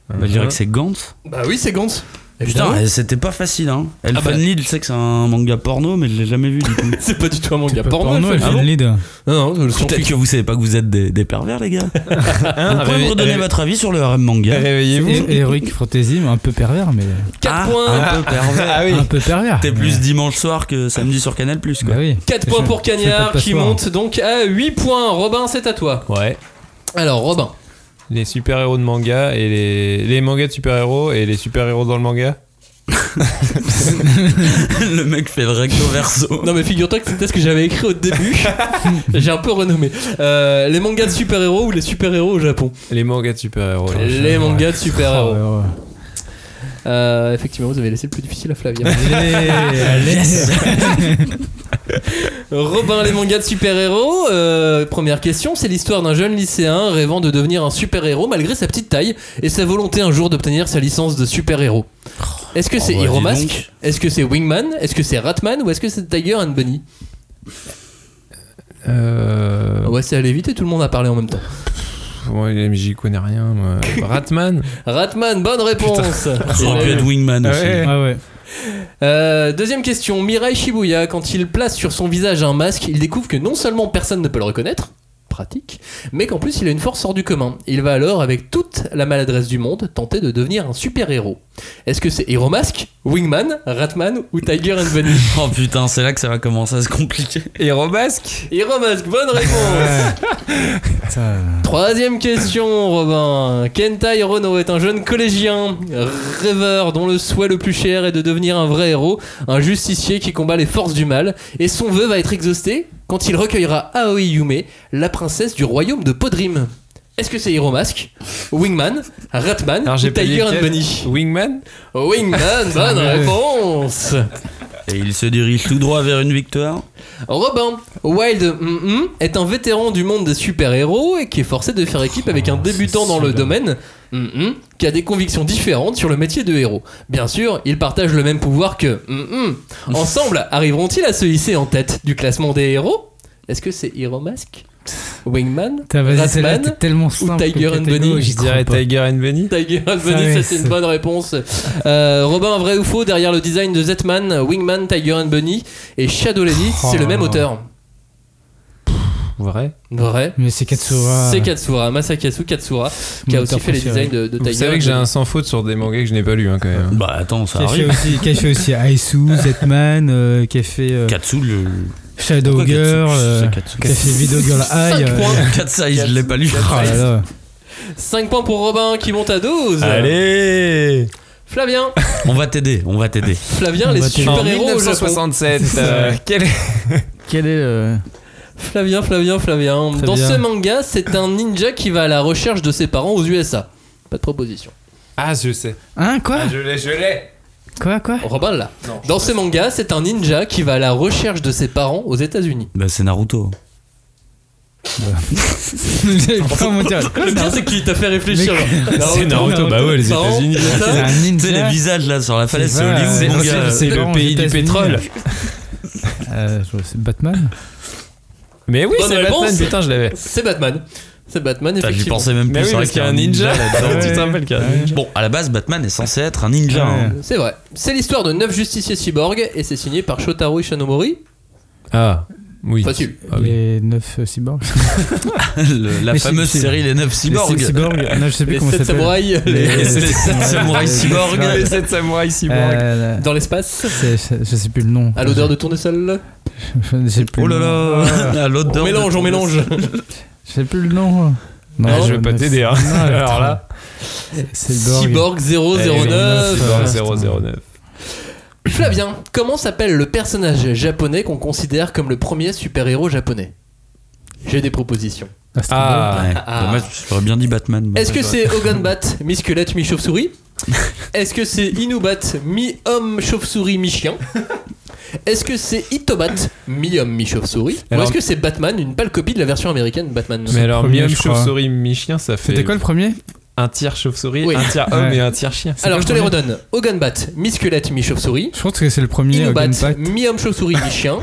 Bah, je dirais que c'est Gantz.
Bah oui, c'est Gantz.
Putain,
Évidemment.
eh, c'était pas facile hein. Elfen
bah.
Lied, je sais que c'est un manga porno, mais je l'ai jamais vu du coup.
c'est pas du tout un manga
Pas
porno.
porno, elle fait
Elfenlied.
une lead.
Non, non, le son-
Peut-être que vous savez pas que vous êtes des, des pervers, les gars.
Hein,
vous pouvez me redonner votre avis sur le harem manga
Réveillez-vous.
Et- Eric Fantasy, mais un peu pervers, mais
Quatre
Ah,
points.
Un peu pervers.
Ah oui.
un peu pervers.
T'es plus dimanche soir que samedi sur Canal Plus quoi.
Bah oui.
4 points
Je-
pour
je fais pas de
Cagnard qui
passoire.
monte donc à 8 points. Robin, c'est à toi.
Ouais.
Alors, Robin.
Les super-héros de manga et les, les mangas de super-héros et les super-héros dans le manga
le mec fait le recto verso.
Non mais figure-toi que c'était ce que j'avais écrit au début. J'ai un peu renommé. Euh, les mangas de super-héros ou les super-héros au Japon
Les mangas de super-héros.
Les mangas de
Oh,
Oh,
super-héros. Euh, effectivement, vous avez laissé le plus difficile à Flavien.
Allez, Alex.
Robin, les mangas de super-héros. euh, première question, c'est l'histoire d'un jeune lycéen rêvant de devenir un super-héros malgré sa petite taille et sa volonté un jour d'obtenir sa licence de super-héros. Est-ce que
Oh,
c'est
bah, dis
Hero
donc.
Mask Est-ce que c'est Wingman Est-ce que c'est Ratman Ou est-ce que c'est Tiger and Bunny
Oh.
Euh,
Ouais, c'est allé vite et tout le monde a parlé en même temps.
Ouais, mais j'y connais rien, moi. Ratman
Ratman, bonne réponse
Ça aurait pu être Wingman aussi.
Ouais.
Ah ouais.
Euh, deuxième question, Mirai Shibuya, quand il place sur son visage un masque, il découvre que non seulement personne ne peut le reconnaître, pratique, mais qu'en plus il a une force hors du commun. Il va alors, avec toute la maladresse du monde, tenter de devenir un super-héros. Est-ce que c'est Hero Mask, Wingman, Ratman ou Tiger and Bunny
Oh putain, c'est là que ça va commencer à se compliquer.
Hero Basque
Hero Mask, bonne réponse Troisième question, Robin. Kenta Hirono est un jeune collégien, rêveur dont le souhait le plus cher est de devenir un vrai héros, un justicier qui combat les forces du mal, et son vœu va être exaucé quand il recueillera Aoi Yume, la princesse du royaume de Podrim. Est-ce que c'est Hero Mask, Wingman, Ratman
Alors
ou
j'ai pas dit
Tiger and
lequel.
Bunny
Wingman
Wingman, bonne réponse
Et il se dirige tout droit vers une victoire.
Robin, Wild mm, mm, est un vétéran du monde des super-héros et qui est forcé de faire équipe avec
Oh,
un débutant dans le domaine mm, mm, qui a des convictions différentes sur le métier de héros. Bien sûr, ils partagent le même pouvoir que mm, mm. Ensemble, arriveront-ils à se hisser en tête du classement des héros Est-ce que c'est Hero Mask Wingman
T'as vas-y, celle-là,
Ratman
t'es tellement
ou
simple.
Tiger
que
and
catégorie,
Bunny
j'y
Je dirais
crois pas.
Tiger and Bunny.
Tiger and
Ah
Bunny,
oui,
ça c'est une
c'est-
bonne réponse. Euh, Robin, vrai ou faux, derrière le design de Zetman, Wingman, Tiger and Bunny et Shadow Lady,
Oh
c'est le
là
même
là.
auteur.
Vrai.
Vrai.
Mais c'est Katsura.
C'est Katsura, Masakasu Katsura, qui a
Mon
aussi
auteur
fait les
préféré.
designs de, de
Vous
Tiger.
savez que j'ai un sans faute sur des mangas que je n'ai pas lu, hein, quand même.
Bah attends,
Qui
ça
a fait
arrive.
aussi, qui a fait aussi Aisu, Zetman, euh, qui a fait euh,
Katsu, le.
Shadow
Pourquoi
Girl,
Katsu
euh,
C'est Katsu.
qui a fait Video Girl Eye.
Cinq
euh,
points.
Katsu, je l'ai pas lu. Ah,
oh là là.
5 points pour Robin qui monte à 12.
Allez
Flavien,
Euh, On va t'aider, on va t'aider.
Flavien,
On
les
va t'aider.
En
super-héros au Japon.
1967, euh, quel
Quel est euh, le.
Flavien, Flavien, Flavien.
Très
Dans
bien.
ce manga, c'est un ninja qui va à la recherche de ses parents aux USA. Pas de proposition.
Ah, je sais.
Hein, quoi
Ah, je l'ai, je l'ai.
Quoi, quoi
Robin là.
Non,
Dans ce manga, c'est un ninja qui va à la recherche de ses parents aux États-Unis.
Bah c'est Naruto.
J'avais pas mon dire.
Le pire, c'est qu'il t'a fait réfléchir.
Mais-
genre.
C'est Naruto, bah ouais, les
Parents,
États-Unis.
c'est ça
C'est un
Tu sais les
ninja.
visages là sur la falaise, c'est
C'est vrai,
Hollywood.
c'est-
mon
c'est-
gars.
c'est le
Parents aux
pays du
États-Unis.
pétrole.
Euh, je vois, c'est Batman
Mais oui,
Bonne
c'est Batman,
réponse.
putain, je l'avais.
C'est Batman. C'est Batman,
Putain, J'y
effectivement.
pensais même plus.
Mais oui,
c'est vrai
parce qu'il y a un ninja là-dedans. Tu te rappelles qu'il y a un ninja
Bon, à la base, Batman est censé être un ninja. hein.
C'est vrai. C'est l'histoire de 9 justiciers cyborgs et c'est signé par Shotaro Ishinomori.
Ah, oui.
Facile.
Ah oui.
Les 9 cyborgs.
Le- la
Mais c'est-
fameuse
c'est-
série Les 9
Les
cyborgs.
sept cyborgs. Non, je sais plus
Les
comment ça
7
s'appelle.
samouraïs
Les-
Les
les
sept
sept
samouraïs cyborgs.
cyborgs.
Les 7 samouraïs cyborgs.
Euh,
dans l'espace
c'est- c'est- Je sais plus le nom.
à l'odeur de tournesol.
Je ne sais plus.
Oh là
le nom.
là, à l'odeur
On
de-
mélange, on mélange.
Je sais plus le nom. Non,
Ah, je vais pas
mais-
t'aider, hein.
Non,
Alors là.
c'est
Cyborg
cyborg.
Eh,
009.
Euh,
Cyborg 009.
Flavien, comment s'appelle le personnage japonais qu'on considère comme le premier super-héros japonais J'ai des propositions.
Ah,
Ouais,
Ah.
dommage, j'aurais bien dit Batman.
Est-ce que c'est Ogonbat, mi-squelette, mi-chauve-souris Est-ce que c'est Inubat, mi-homme, chauve-souris, mi-chien Est-ce que c'est Itobat, mi-homme, mi-chauve-souris Ou
Alors-
est-ce que c'est Batman, une pâle copie de la version américaine de Batman
Mais alors,
premier,
mi-homme
je crois.
chauve-souris, mi-chien, ça fait
C'était quoi le premier
un tiers chauve-souris,
Oui.
un tiers homme
Ouais.
et un tiers chien.
Alors, je te les
premier
redonne. Ogonbat, mi-squelette, mi-chauve-souris.
Je pense que c'est le premier.
Inubat,
Gunpack.
mi-homme chauve-souris, mi-chien.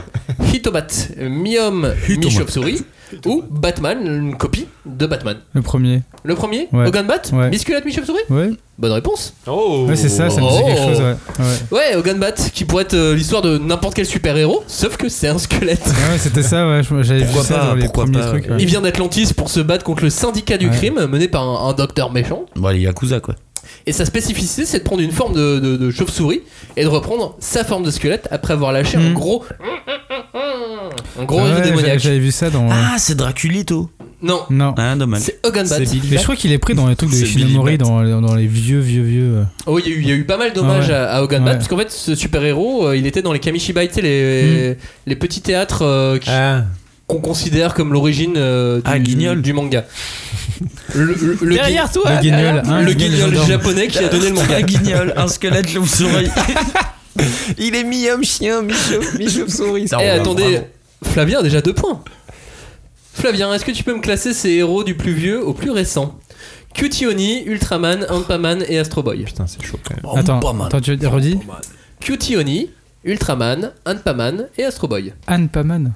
Hitobat, mi-homme,
Hitobat.
mi-chauve-souris. Ou Batman, une copie de Batman.
Le premier.
Le premier
Ouais.
Ogonbat
Ouais.
Mi-squelette, mi-chauve-souris
Ouais,
Bonne réponse.
Oh
ouais c'est ça, ça me dit quelque
Oh.
chose. Ouais, ouais.
Ouais, Ogonbat, qui pourrait être euh, l'histoire de n'importe quel super-héros, sauf que c'est un squelette.
Ah ouais, c'était ça, ouais. je- J'avais vu
Pourquoi
ça
pas,
dans les
pourquoi
premiers
pas,
trucs.
ouais.
ouais.
Il vient d'Atlantis pour se battre contre le syndicat du
Ouais.
crime mené par un, un docteur méchant.
Bon, les Yakuza quoi.
Et sa spécificité, c'est de prendre une forme de, de- de chauve-souris et de reprendre sa forme de squelette après avoir lâché un
Mm.
gros. Un gros
Ah
réseau
ouais, j'a-
démoniaque. Ah.
J'avais vu ça dans.
Ah, c'est Ah, Draculito.
Non.
Non.
Ah, dommage.
C'est Hogan Bat.
Mais je crois qu'il est pris dans les trucs de
C'est Billy
Ishinomori,
Bat.
dans, dans les vieux, vieux, vieux. euh.
Oh, il y, a eu- il y a eu pas mal d'hommages
Ah ouais.
à, à Hogan Bat,
Ouais.
parce qu'en fait, ce super-héros, euh, il était dans les Kamishibai, tu sais, les, les petits théâtres euh, qui-
Ah.
qu'on considère comme l'origine euh, du, du manga. Le, le- le
Derrière
gui-
toi, Le guignol, derrière toi. hein,
le
le guignol
guignol
gendarme.
japonais qui a donné le manga. Eh,
Un guignol, un squelette, l'homme-souris.
Il est mi-homme chien, mi-chauve-souris.
Ça, Ah, on
Eh,
va
attendez,
vraiment.
Flavien a déjà deux points. Flavien, est-ce que tu peux me classer ces héros du plus vieux au plus récent Cutie Oni, Ultraman, Ant-Man et Astro Boy. Putain, c'est chaud quand même.
Attends, attends, tu veux dire, redis
Cutie Oni, Ultraman, Ant-Man et Astro Boy.
Anne Paman.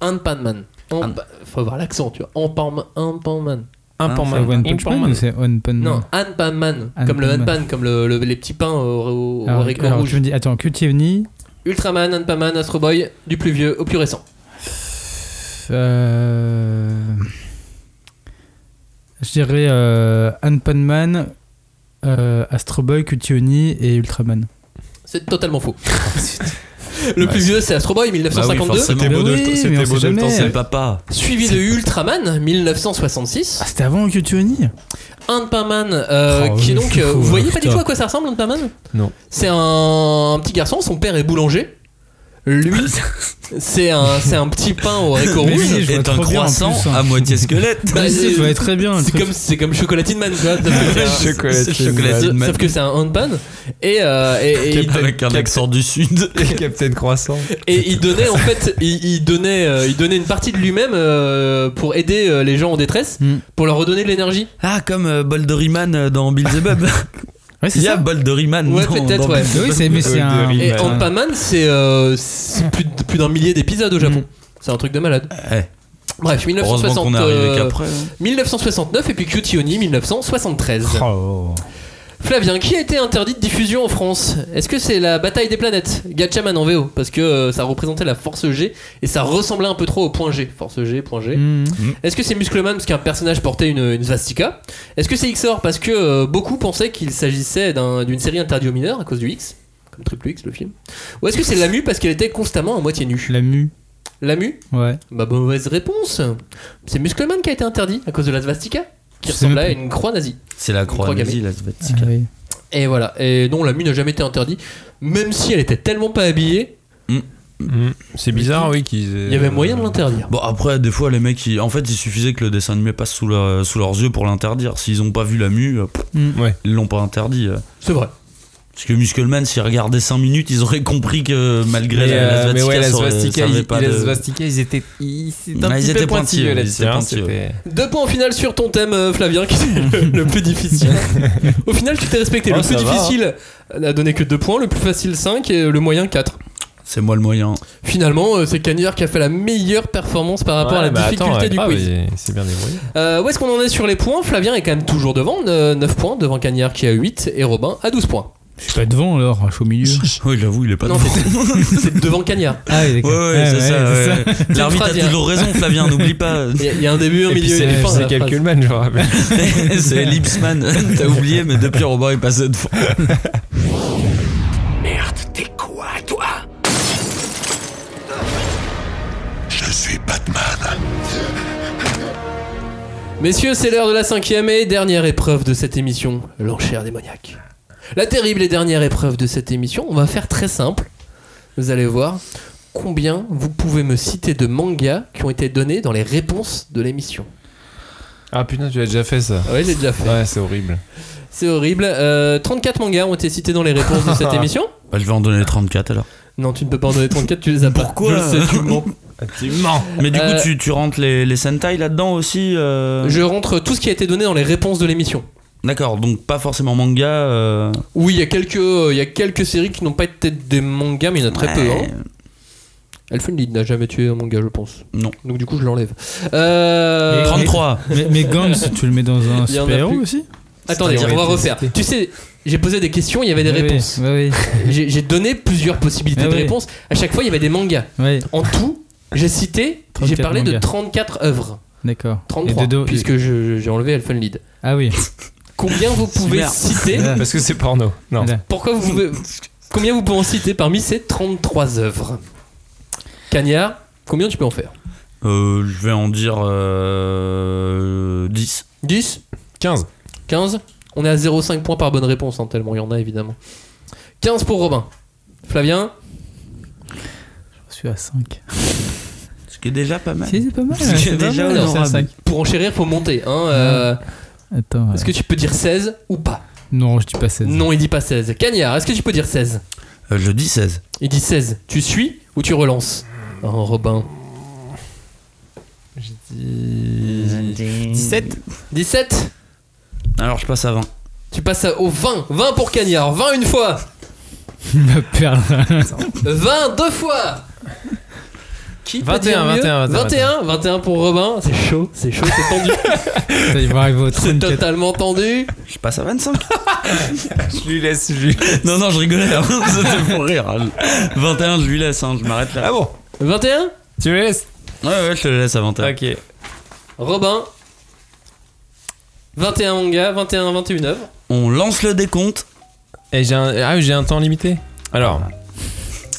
Ant-Man. Faut avoir l'accent, tu vois. Ant-Pan- Ant-Man.
Ah, C'est One Punch Man ou c'est One Punch Man
Non, Ant-Pan Man.
Ant-Pan
Comme le
Man.
Ant-Pan, comme le- le- les petits pains au, au,
Alors,
au haricot
Ah, alors,
rouge.
tu me dis, attends, Cutievni,
Ultraman, Ant-Man, Astro Boy, du plus vieux au plus récent.
euh, je dirais euh, Anne Panman, euh, Astro Boy, Cutievni et Ultraman.
C'est totalement faux. le plus vieux, c'est Astro
Bah
Boy, 1952.
Bah
papa.
Suivi de Ultraman, 1966.
Ah, C'était avant Cutievni
Ant-Pan Man, euh,
Oh,
qui est
oui,
donc.
c'est
euh,
fou,
vous voyez
hein,
pas du
putain.
tout à quoi ça ressemble, Ant-Pan Man
Non.
C'est un, un petit garçon, son père est boulanger. Lui, c'est un, c'est un petit pain au haricot
Mais
rouge.
oui, je vois Est un trop bien en croissant plus, hein. à moitié squelette. Mais si,
Bah, c'est-
je vois très bien, le
C'est
truc. Ah,
comme, c'est comme Chocolatine Man, quoi. Sauf que c'est un-
Chocolatine
c'est-
Man.
sauf- Sauf que c'est un handpan. Et, euh, et, et,
Avec un accent du sud.
Captain Croissant.
et il donnait, en fait, il, il donnait, euh, il donnait une partie de lui-même euh, pour aider euh, les gens en détresse, pour leur redonner de l'énergie.
Ah, comme euh, Boldoriman euh, dans Beelzebub.
Ouais,
Il y a Boldoriman.
Ouais,
dans-
peut-être,
dans
ouais.
Beelzebub.
Et Ant-Man, c'est euh, c'est plus, de- plus d'un millier d'épisodes au Japon. C'est un truc de malade. Bref,
Mm. Eh. Heureusement
1960,
qu'on est arrivé
euh,
qu'après, hein.
1969 et puis Cutie Oni 1973.
Oh.
Flavien, qui a été interdit de diffusion en France Est-ce que c'est la bataille des planètes Gatchaman en VO Parce que euh, ça représentait la force G et ça ressemblait un peu trop au point G. Force G, point G.
Hmm.
Est-ce que c'est Muscleman parce qu'un personnage portait une, une svastika Est-ce que c'est XOR parce que euh, beaucoup pensaient qu'il s'agissait d'un- d'une série interdite aux mineurs à cause du X Comme Triple X, le film. Ou est-ce que c'est la mue parce qu'elle était constamment à moitié nue
La mue.
La mue
Ouais.
Bah, mauvaise réponse C'est Muscleman qui a été interdit à cause de la svastika qui
Je sais même
ressemblait à
plus.
une croix nazie.
C'est la
Une
croix
gammée.
nazie, la svastika.
Et voilà. Et non, la mue n'a jamais été interdite, même si elle était tellement pas habillée.
C'est bizarre, oui, qu'ils.
Il y avait moyen de l'interdire.
Bon, après, des fois, les mecs, ils- en fait, il suffisait que le dessin animé passe sous, leur- sous leurs yeux pour l'interdire. S'ils ont pas vu la mue, euh, pff, ils l'ont pas interdit. euh.
C'est vrai.
Parce que Muscleman, s'ils regardaient 5 minutes, ils auraient compris que malgré
Mais,
la,
euh,
la
mais ouais, la
ça aurait-
swastika,
ça avait
ils-
pas
la
de-
swastika, ils étaient. Ils étaient un
Ah, ils
petit
étaient
peu
pointilleux,
pointilleux
ils
là-dessus.
étaient
hein,
pointilleux.
c'était-
Deux points au final sur ton thème, euh, Flavien, qui est le, le plus difficile. Au final, tu t'es respecté.
Oh,
le plus
ça va,
difficile n'a donné que 2 points, le plus facile 5 et le moyen 4.
C'est moi le moyen.
Finalement, euh, c'est Cagnard qui a fait la meilleure performance par rapport à la
Ouais, bah
difficulté
attends,
du
ah,
quiz.
mais C'est bien débrouillé.
Euh, où est-ce qu'on en est sur les points Flavien est quand même toujours devant, 9 points, devant Cagnard qui a 8 et Robin à 12 points.
Je suis pas devant alors, je suis au milieu.
Oui, j'avoue, il est pas
Non, c'est- c'est devant Cagnard.
Ah, il est
Ouais, ouais, c'est ça. ouais. L'arbitre a
Phrase, il y a-
toujours raison, Flavien, n'oublie pas.
Il y a- il y a un début, un
Et puis
milieu et une fin, la phrase.
je rappelle.
c'est Lipsman, t'as oublié, mais depuis Robin est passé devant.
Merde, t'es quoi, toi Je suis Batman.
Messieurs, c'est l'heure de la cinquième et dernière épreuve de cette émission, l'enchère démoniaque. La terrible et dernière épreuve de cette émission, on va faire très simple. Vous allez voir combien vous pouvez me citer de mangas qui ont été donnés dans les réponses de l'émission.
Ah putain, tu l'as déjà fait ça.
Ah Ouais, j'ai déjà fait.
Ouais, c'est horrible.
C'est horrible. Euh, 34 mangas ont été cités dans les réponses de cette émission.
Bah, je vais en donner 34 alors.
Non, tu ne peux pas en donner 34, tu les as pas.
Pourquoi
Je le sais, tu mens.
Tu mens. Mais du coup,
Euh,
tu, tu rentres les, les Sentai là-dedans aussi euh
Je rentre tout ce qui a été donné dans les réponses de l'émission.
D'accord, donc pas forcément manga. euh,
Oui, il y, a quelques- il y a quelques séries qui n'ont pas été des mangas, mais il y en a très peu.
Ouais.
hein. Elfin Lied n'a jamais tué un manga, je pense.
Non.
Donc du coup, je l'enlève. Euh,
Mais, mais Gans, tu le mets dans un
Il y en a
super-héros
plus.
aussi
Attendez, on va refaire. Tu sais, j'ai posé des questions, il y avait des
Oui, oui,
réponses.
oui,
J'ai j'ai donné plusieurs possibilités
Ah
de
oui.
réponses. À chaque fois, il y avait des mangas.
Ouais.
En tout, j'ai cité, j'ai
34
parlé de
mangas.
34 œuvres.
D'accord.
33,
Et de- de-
puisque je- j'ai enlevé Elfen Lied.
Ah oui.
Combien vous pouvez
Merde.
citer
Parce que c'est porno. Non.
Pourquoi vous pouvez- Combien vous pouvez en citer parmi ces 33 œuvres Cagnard, combien tu peux en faire
Euh, je vais en dire euh, 10.
10 15. 15 On est à 0,5 points par bonne réponse, hein, tellement il y en a évidemment. 15 pour Robin. Flavien
Je suis à 5.
Ce qui est déjà pas mal.
Si, c'est pas mal.
Ce qui est
c'est pas
déjà
mal,
honorable.
c'est à cinq.
Pour enchérir, faut monter. Hein, euh,
Attends.
Est-ce que tu peux dire 16 ou pas
Non, je dis pas 16.
Non, il dit pas 16. Cagnard, est-ce que tu peux dire 16
Je dis 16.
Il dit 16. Tu suis ou tu relances Oh, Robin.
17
17
Alors je passe à 20.
Tu passes à- au 20. 20 pour Cagnard. 20 une fois.
Ma perle.
20 deux fois. Qui peut
21,
dire mieux
21, 21,
21, 21 pour Robin. C'est chaud, c'est chaud, c'est tendu.
Putain, il va arriver au
C'est
34.
totalement tendu.
Je passe à 25.
Je lui laisse. je lui-
non, non, je rigolais. hein. C'était pour rire. hein. 21, je lui laisse. hein. Je m'arrête là.
Ah bon
21
Tu lui laisses
Ouais, ouais, je te le laisse à 21.
Ok.
Robin. 21 mon gars, 21, 21 œuvre.
On lance le décompte.
Et j'ai un... Ah, oui, j'ai un temps limité Alors,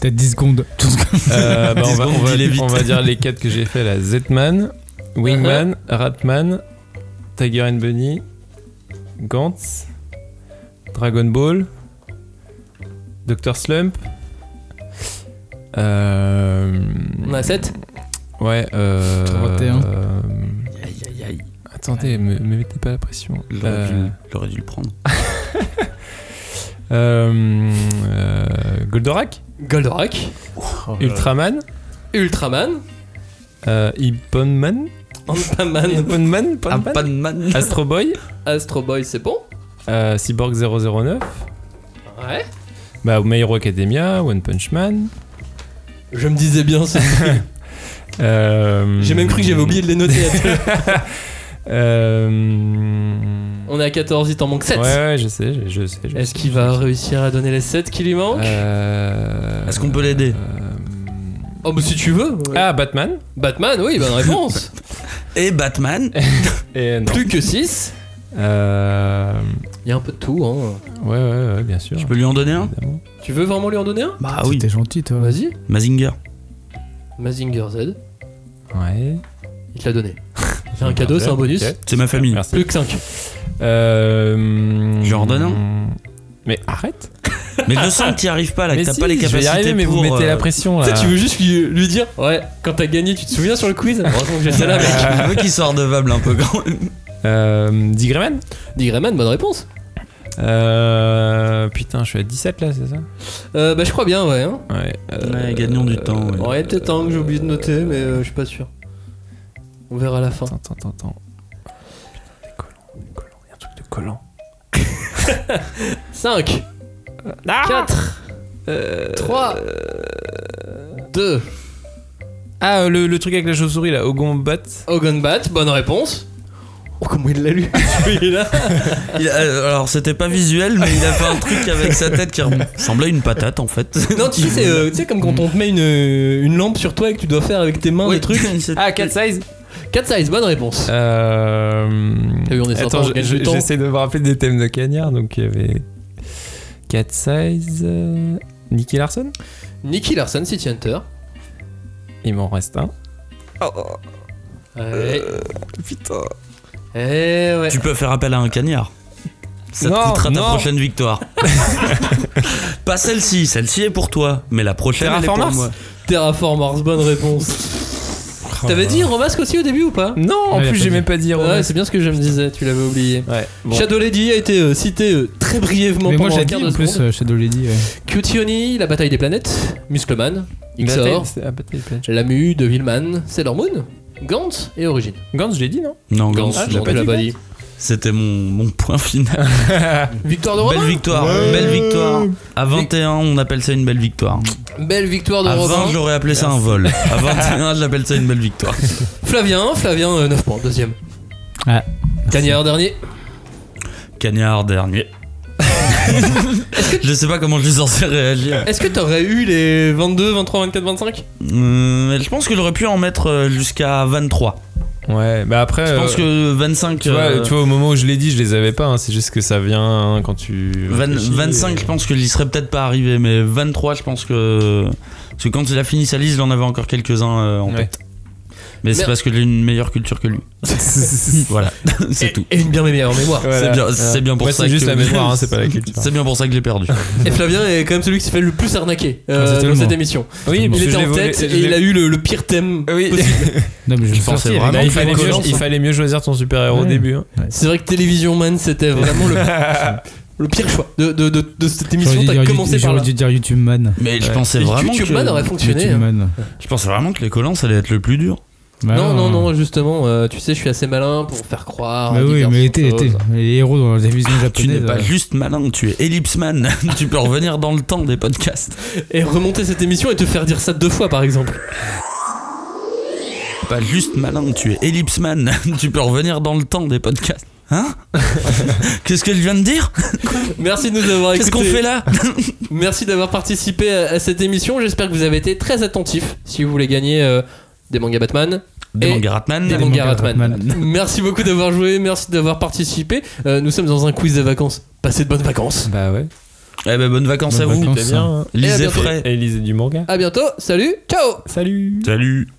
T'as 10 secondes. Tout ce que-
euh, bah, on, va,
Dis-donc,
on va-
dis-les vite.
on va dire les quatre que j'ai fait là Zetman, Wingman, Ratman, Tiger and Bunny, Gantz, Dragon Ball, Dr. Slump. Euh...
On a 7.
Ouais, euh.
31.
euh, Attendez, me, me mettez pas la pression.
J'aurais
Euh,
dû- j'aurais dû le prendre.
euh, euh, Goldorak,
Goldorak,
Oh
Ultraman,
Ultraman,
euh, Iponman,
Antaman,
Iponman,
Ah,
Iponman,
pas de man.
Astro Boy,
Astro Boy, c'est bon.
euh, Cyborg 009,
Ouais.
bah, My Hero Academia, One Punch Man.
Je me disais bien ça.
euh,
J'ai même cru que j'avais oublié de les noter.
Euh,
On est à 14, il t'en manque 7.
Ouais, ouais, je sais, je, je sais. je
Est-ce
sais,
qu'il
je
va
sais.
réussir à donner les 7 qui lui manquent
Euh,
Est-ce qu'on peut l'aider
Oh, bah si tu veux.
Ah, Batman
Batman, oui, bonne réponse.
Et Batman.
Et non.
Plus que 6.
Euh,
Il y a un peu de tout. Hein.
ouais, ouais, ouais, bien sûr.
Je peux lui en donner un
Évidemment.
Tu veux vraiment lui en donner un
Bah oui.
T'es gentil, toi.
Ah Vas-y.
Mazinger.
Mazinger Z,
Ouais.
il te l'a donné. C'est un cadeau, c'est un bonus.
Ok.
C'est ma famille.
Merci.
Plus que 5.
Euh,
Je leur donne
Mais arrête.
Mais je sens que t'y arrives pas là, que
mais
Ah, t'as
si,
pas les
je
capacités.
vais y arriver, mais vous
pour,
mettez
euh,
la pression là.
Tu veux juste lui, lui dire Ouais, quand t'as gagné, tu te souviens sur le quiz Heureusement que j'étais là, mec.
Je veux qu'il soit redevable un peu quand même.
Euh, Digreman
Digrayman, bonne réponse.
euh, Putain, je suis à 17 là, c'est ça
Euh, bah, je crois bien, ouais. Hein.
Ouais. euh, oh,
Ouais, gagnons du temps. ouais.
Ouais, peut-être un que j'ai oublié de noter, mais euh, je suis pas sûr. On verra à la fin.
Attends, attends, attends, attends. Putain, des collants, des collants, il y a un truc de collant.
5,
Ah
4,
Euh,
3, 2.
Ah, le, le truc avec la chauve-souris là, Ogombat.
Ogonbat, bonne réponse. Oh, comment il l'a lu celui-là
Il a- euh, alors c'était pas visuel, mais il a fait un truc avec sa tête qui ressemblait à une patate en fait.
Non, tu sais, c'est, euh, tu sais, comme quand on te met une, une lampe sur toi et que tu dois faire avec tes mains
Ouais,
des trucs.
c'est-
Ah, 4 size
4 size, bonne réponse.
Euh.
T'as vu, on est sympa,
Attends,
on
je-
gagne
je-
du temps.
j'essaie de me rappeler des thèmes de Cagnard, donc il y avait. 4 size. euh, Nicky Larson
Nicky Larson, City Hunter.
Il m'en reste un.
Ouais. Putain. Eh ouais.
Tu peux faire appel à un cagnard. Ça te
Non,
coûtera ta
non.
prochaine victoire. pas celle-ci, celle-ci est pour toi, mais la prochaine elle est
Terraform
pour
Mars
moi.
Terraformars, bonne réponse. T'avais dit Romasque aussi au début ou pas
Non, en
Ouais, il a
plus,
pas
j'ai
dit.
même pas dit.
Ouais,
Romain.
c'est bien ce que je me disais, tu l'avais oublié.
Ouais, bon.
Shadow Lady a été euh, cité euh, très brièvement
Mais moi,
pendant
j'ai
un
dit
quart de
en plus
seconde.
euh, Shadow Lady. ouais.
Cutioni, la bataille des planètes, Muscleman,
Bataille-
XOR,
c'est- ah, Bataille Plage.
Lamu, Devilman, Sailor Moon, Gantz et Origine.
Gantz, je l'ai dit, non
Non, Gans,
Gantz,
je l'ai
non,
pas
tu l'as
dit.
pas dit.
C'était mon, mon point final.
Victoire de
Belle
Robin.
victoire, belle victoire. À 21, on appelle ça une belle victoire.
Belle victoire de hein.
À 20,
Robin.
j'aurais appelé ça un vol. À 21, j'appelle ça une belle victoire.
Flavien, Flavien, euh, 9 points, deuxième.
Ouais.
Cagnard, dernier.
Cagnard dernier. je sais pas comment je suis censé
Euh,
réagir.
Est-ce que t'aurais eu les 22, 23, 24, 25
Euh, je pense que j'aurais pu en mettre euh, jusqu'à 23.
Ouais, bah après.
Je pense
euh,
que 25.
Tu vois,
euh,
tu vois, au moment où je l'ai dit, je les avais pas. hein, C'est juste que ça vient hein, quand tu.
vingt-
réfléchis, euh,
25, je
et-
pense que j'y serais peut-être pas arrivé, mais 23, je pense que. Parce que quand il a fini sa liste, il en avait encore quelques-uns euh, en
Ouais.
tête. Mais c'est parce que j'ai une meilleure culture que lui. voilà, c'est tout.
Et une bien meilleure mémoire.
C'est bien, c'est bien pour
Moi,
ça
c'est
que
juste la mémoire, hein, c'est pas la culture.
C'est bien pour ça que j'ai perdu.
Et Flavien est quand même celui qui s'est fait le plus arnaquer euh,
Ah, c'est
dans
tellement.
cette émission.
Oui,
il
parce que
était
je l'ai
en
volé-
tête
je
et il
l'ai-
a eu le, le pire thème possible.
Non, mais je,
pensais vraiment
il,
qu'il fallait
fallait
mieux-
mieux,
il fallait
choisir ton super-héros
au
au
début,
début.
C'est vrai que Television Man, c'était vraiment le, le pire choix de, de, de, de cette émission.
J'aurais dû
T'as
dire-
commencé par là.
J'aurais dû dire YouTube Man.
Mais je
Ouais.
pensais
Et
vraiment
YouTube
que
Bah,
Man aurait fonctionné,
YouTube
hein.
Man. Bah
Je pensais vraiment que les collants ça allait être le plus dur.
Non, non, non, justement, euh, tu sais, je suis assez malin pour faire croire.
Bah oui,
diverses
mais t'es-
choses.
t'es- les héros dans la télévision
Tu n'es
japonaise.
pas
euh,
juste malin, tu es ellipseman. tu peux revenir dans le temps des podcasts.
Et remonter cette émission et te faire dire ça deux fois, par exemple.
Pas juste malin, tu es ellipseman. tu peux revenir dans le temps des podcasts. Hein Qu'est-ce qu'elle vient de dire
Ah, Merci de nous avoir
Qu'est-ce
écoutés.
qu'on fait là
Merci d'avoir participé à, à cette émission. J'espère que vous avez été très attentifs. Si vous voulez gagner euh, des mangas Batman.
Des
et
mangas Ratman.
Des mangas Ratman. Merci beaucoup d'avoir joué, merci d'avoir participé. Euh, nous sommes dans un quiz de vacances. Passez de bonnes vacances.
Bah ouais.
Eh ben bonnes vacances
Bonnes
à vous.
vacances.
C'était bien. hein.
Et à
Lisez
bientôt.
frais.
Et lisez du manga.
À bientôt, salut, ciao
Salut
Salut.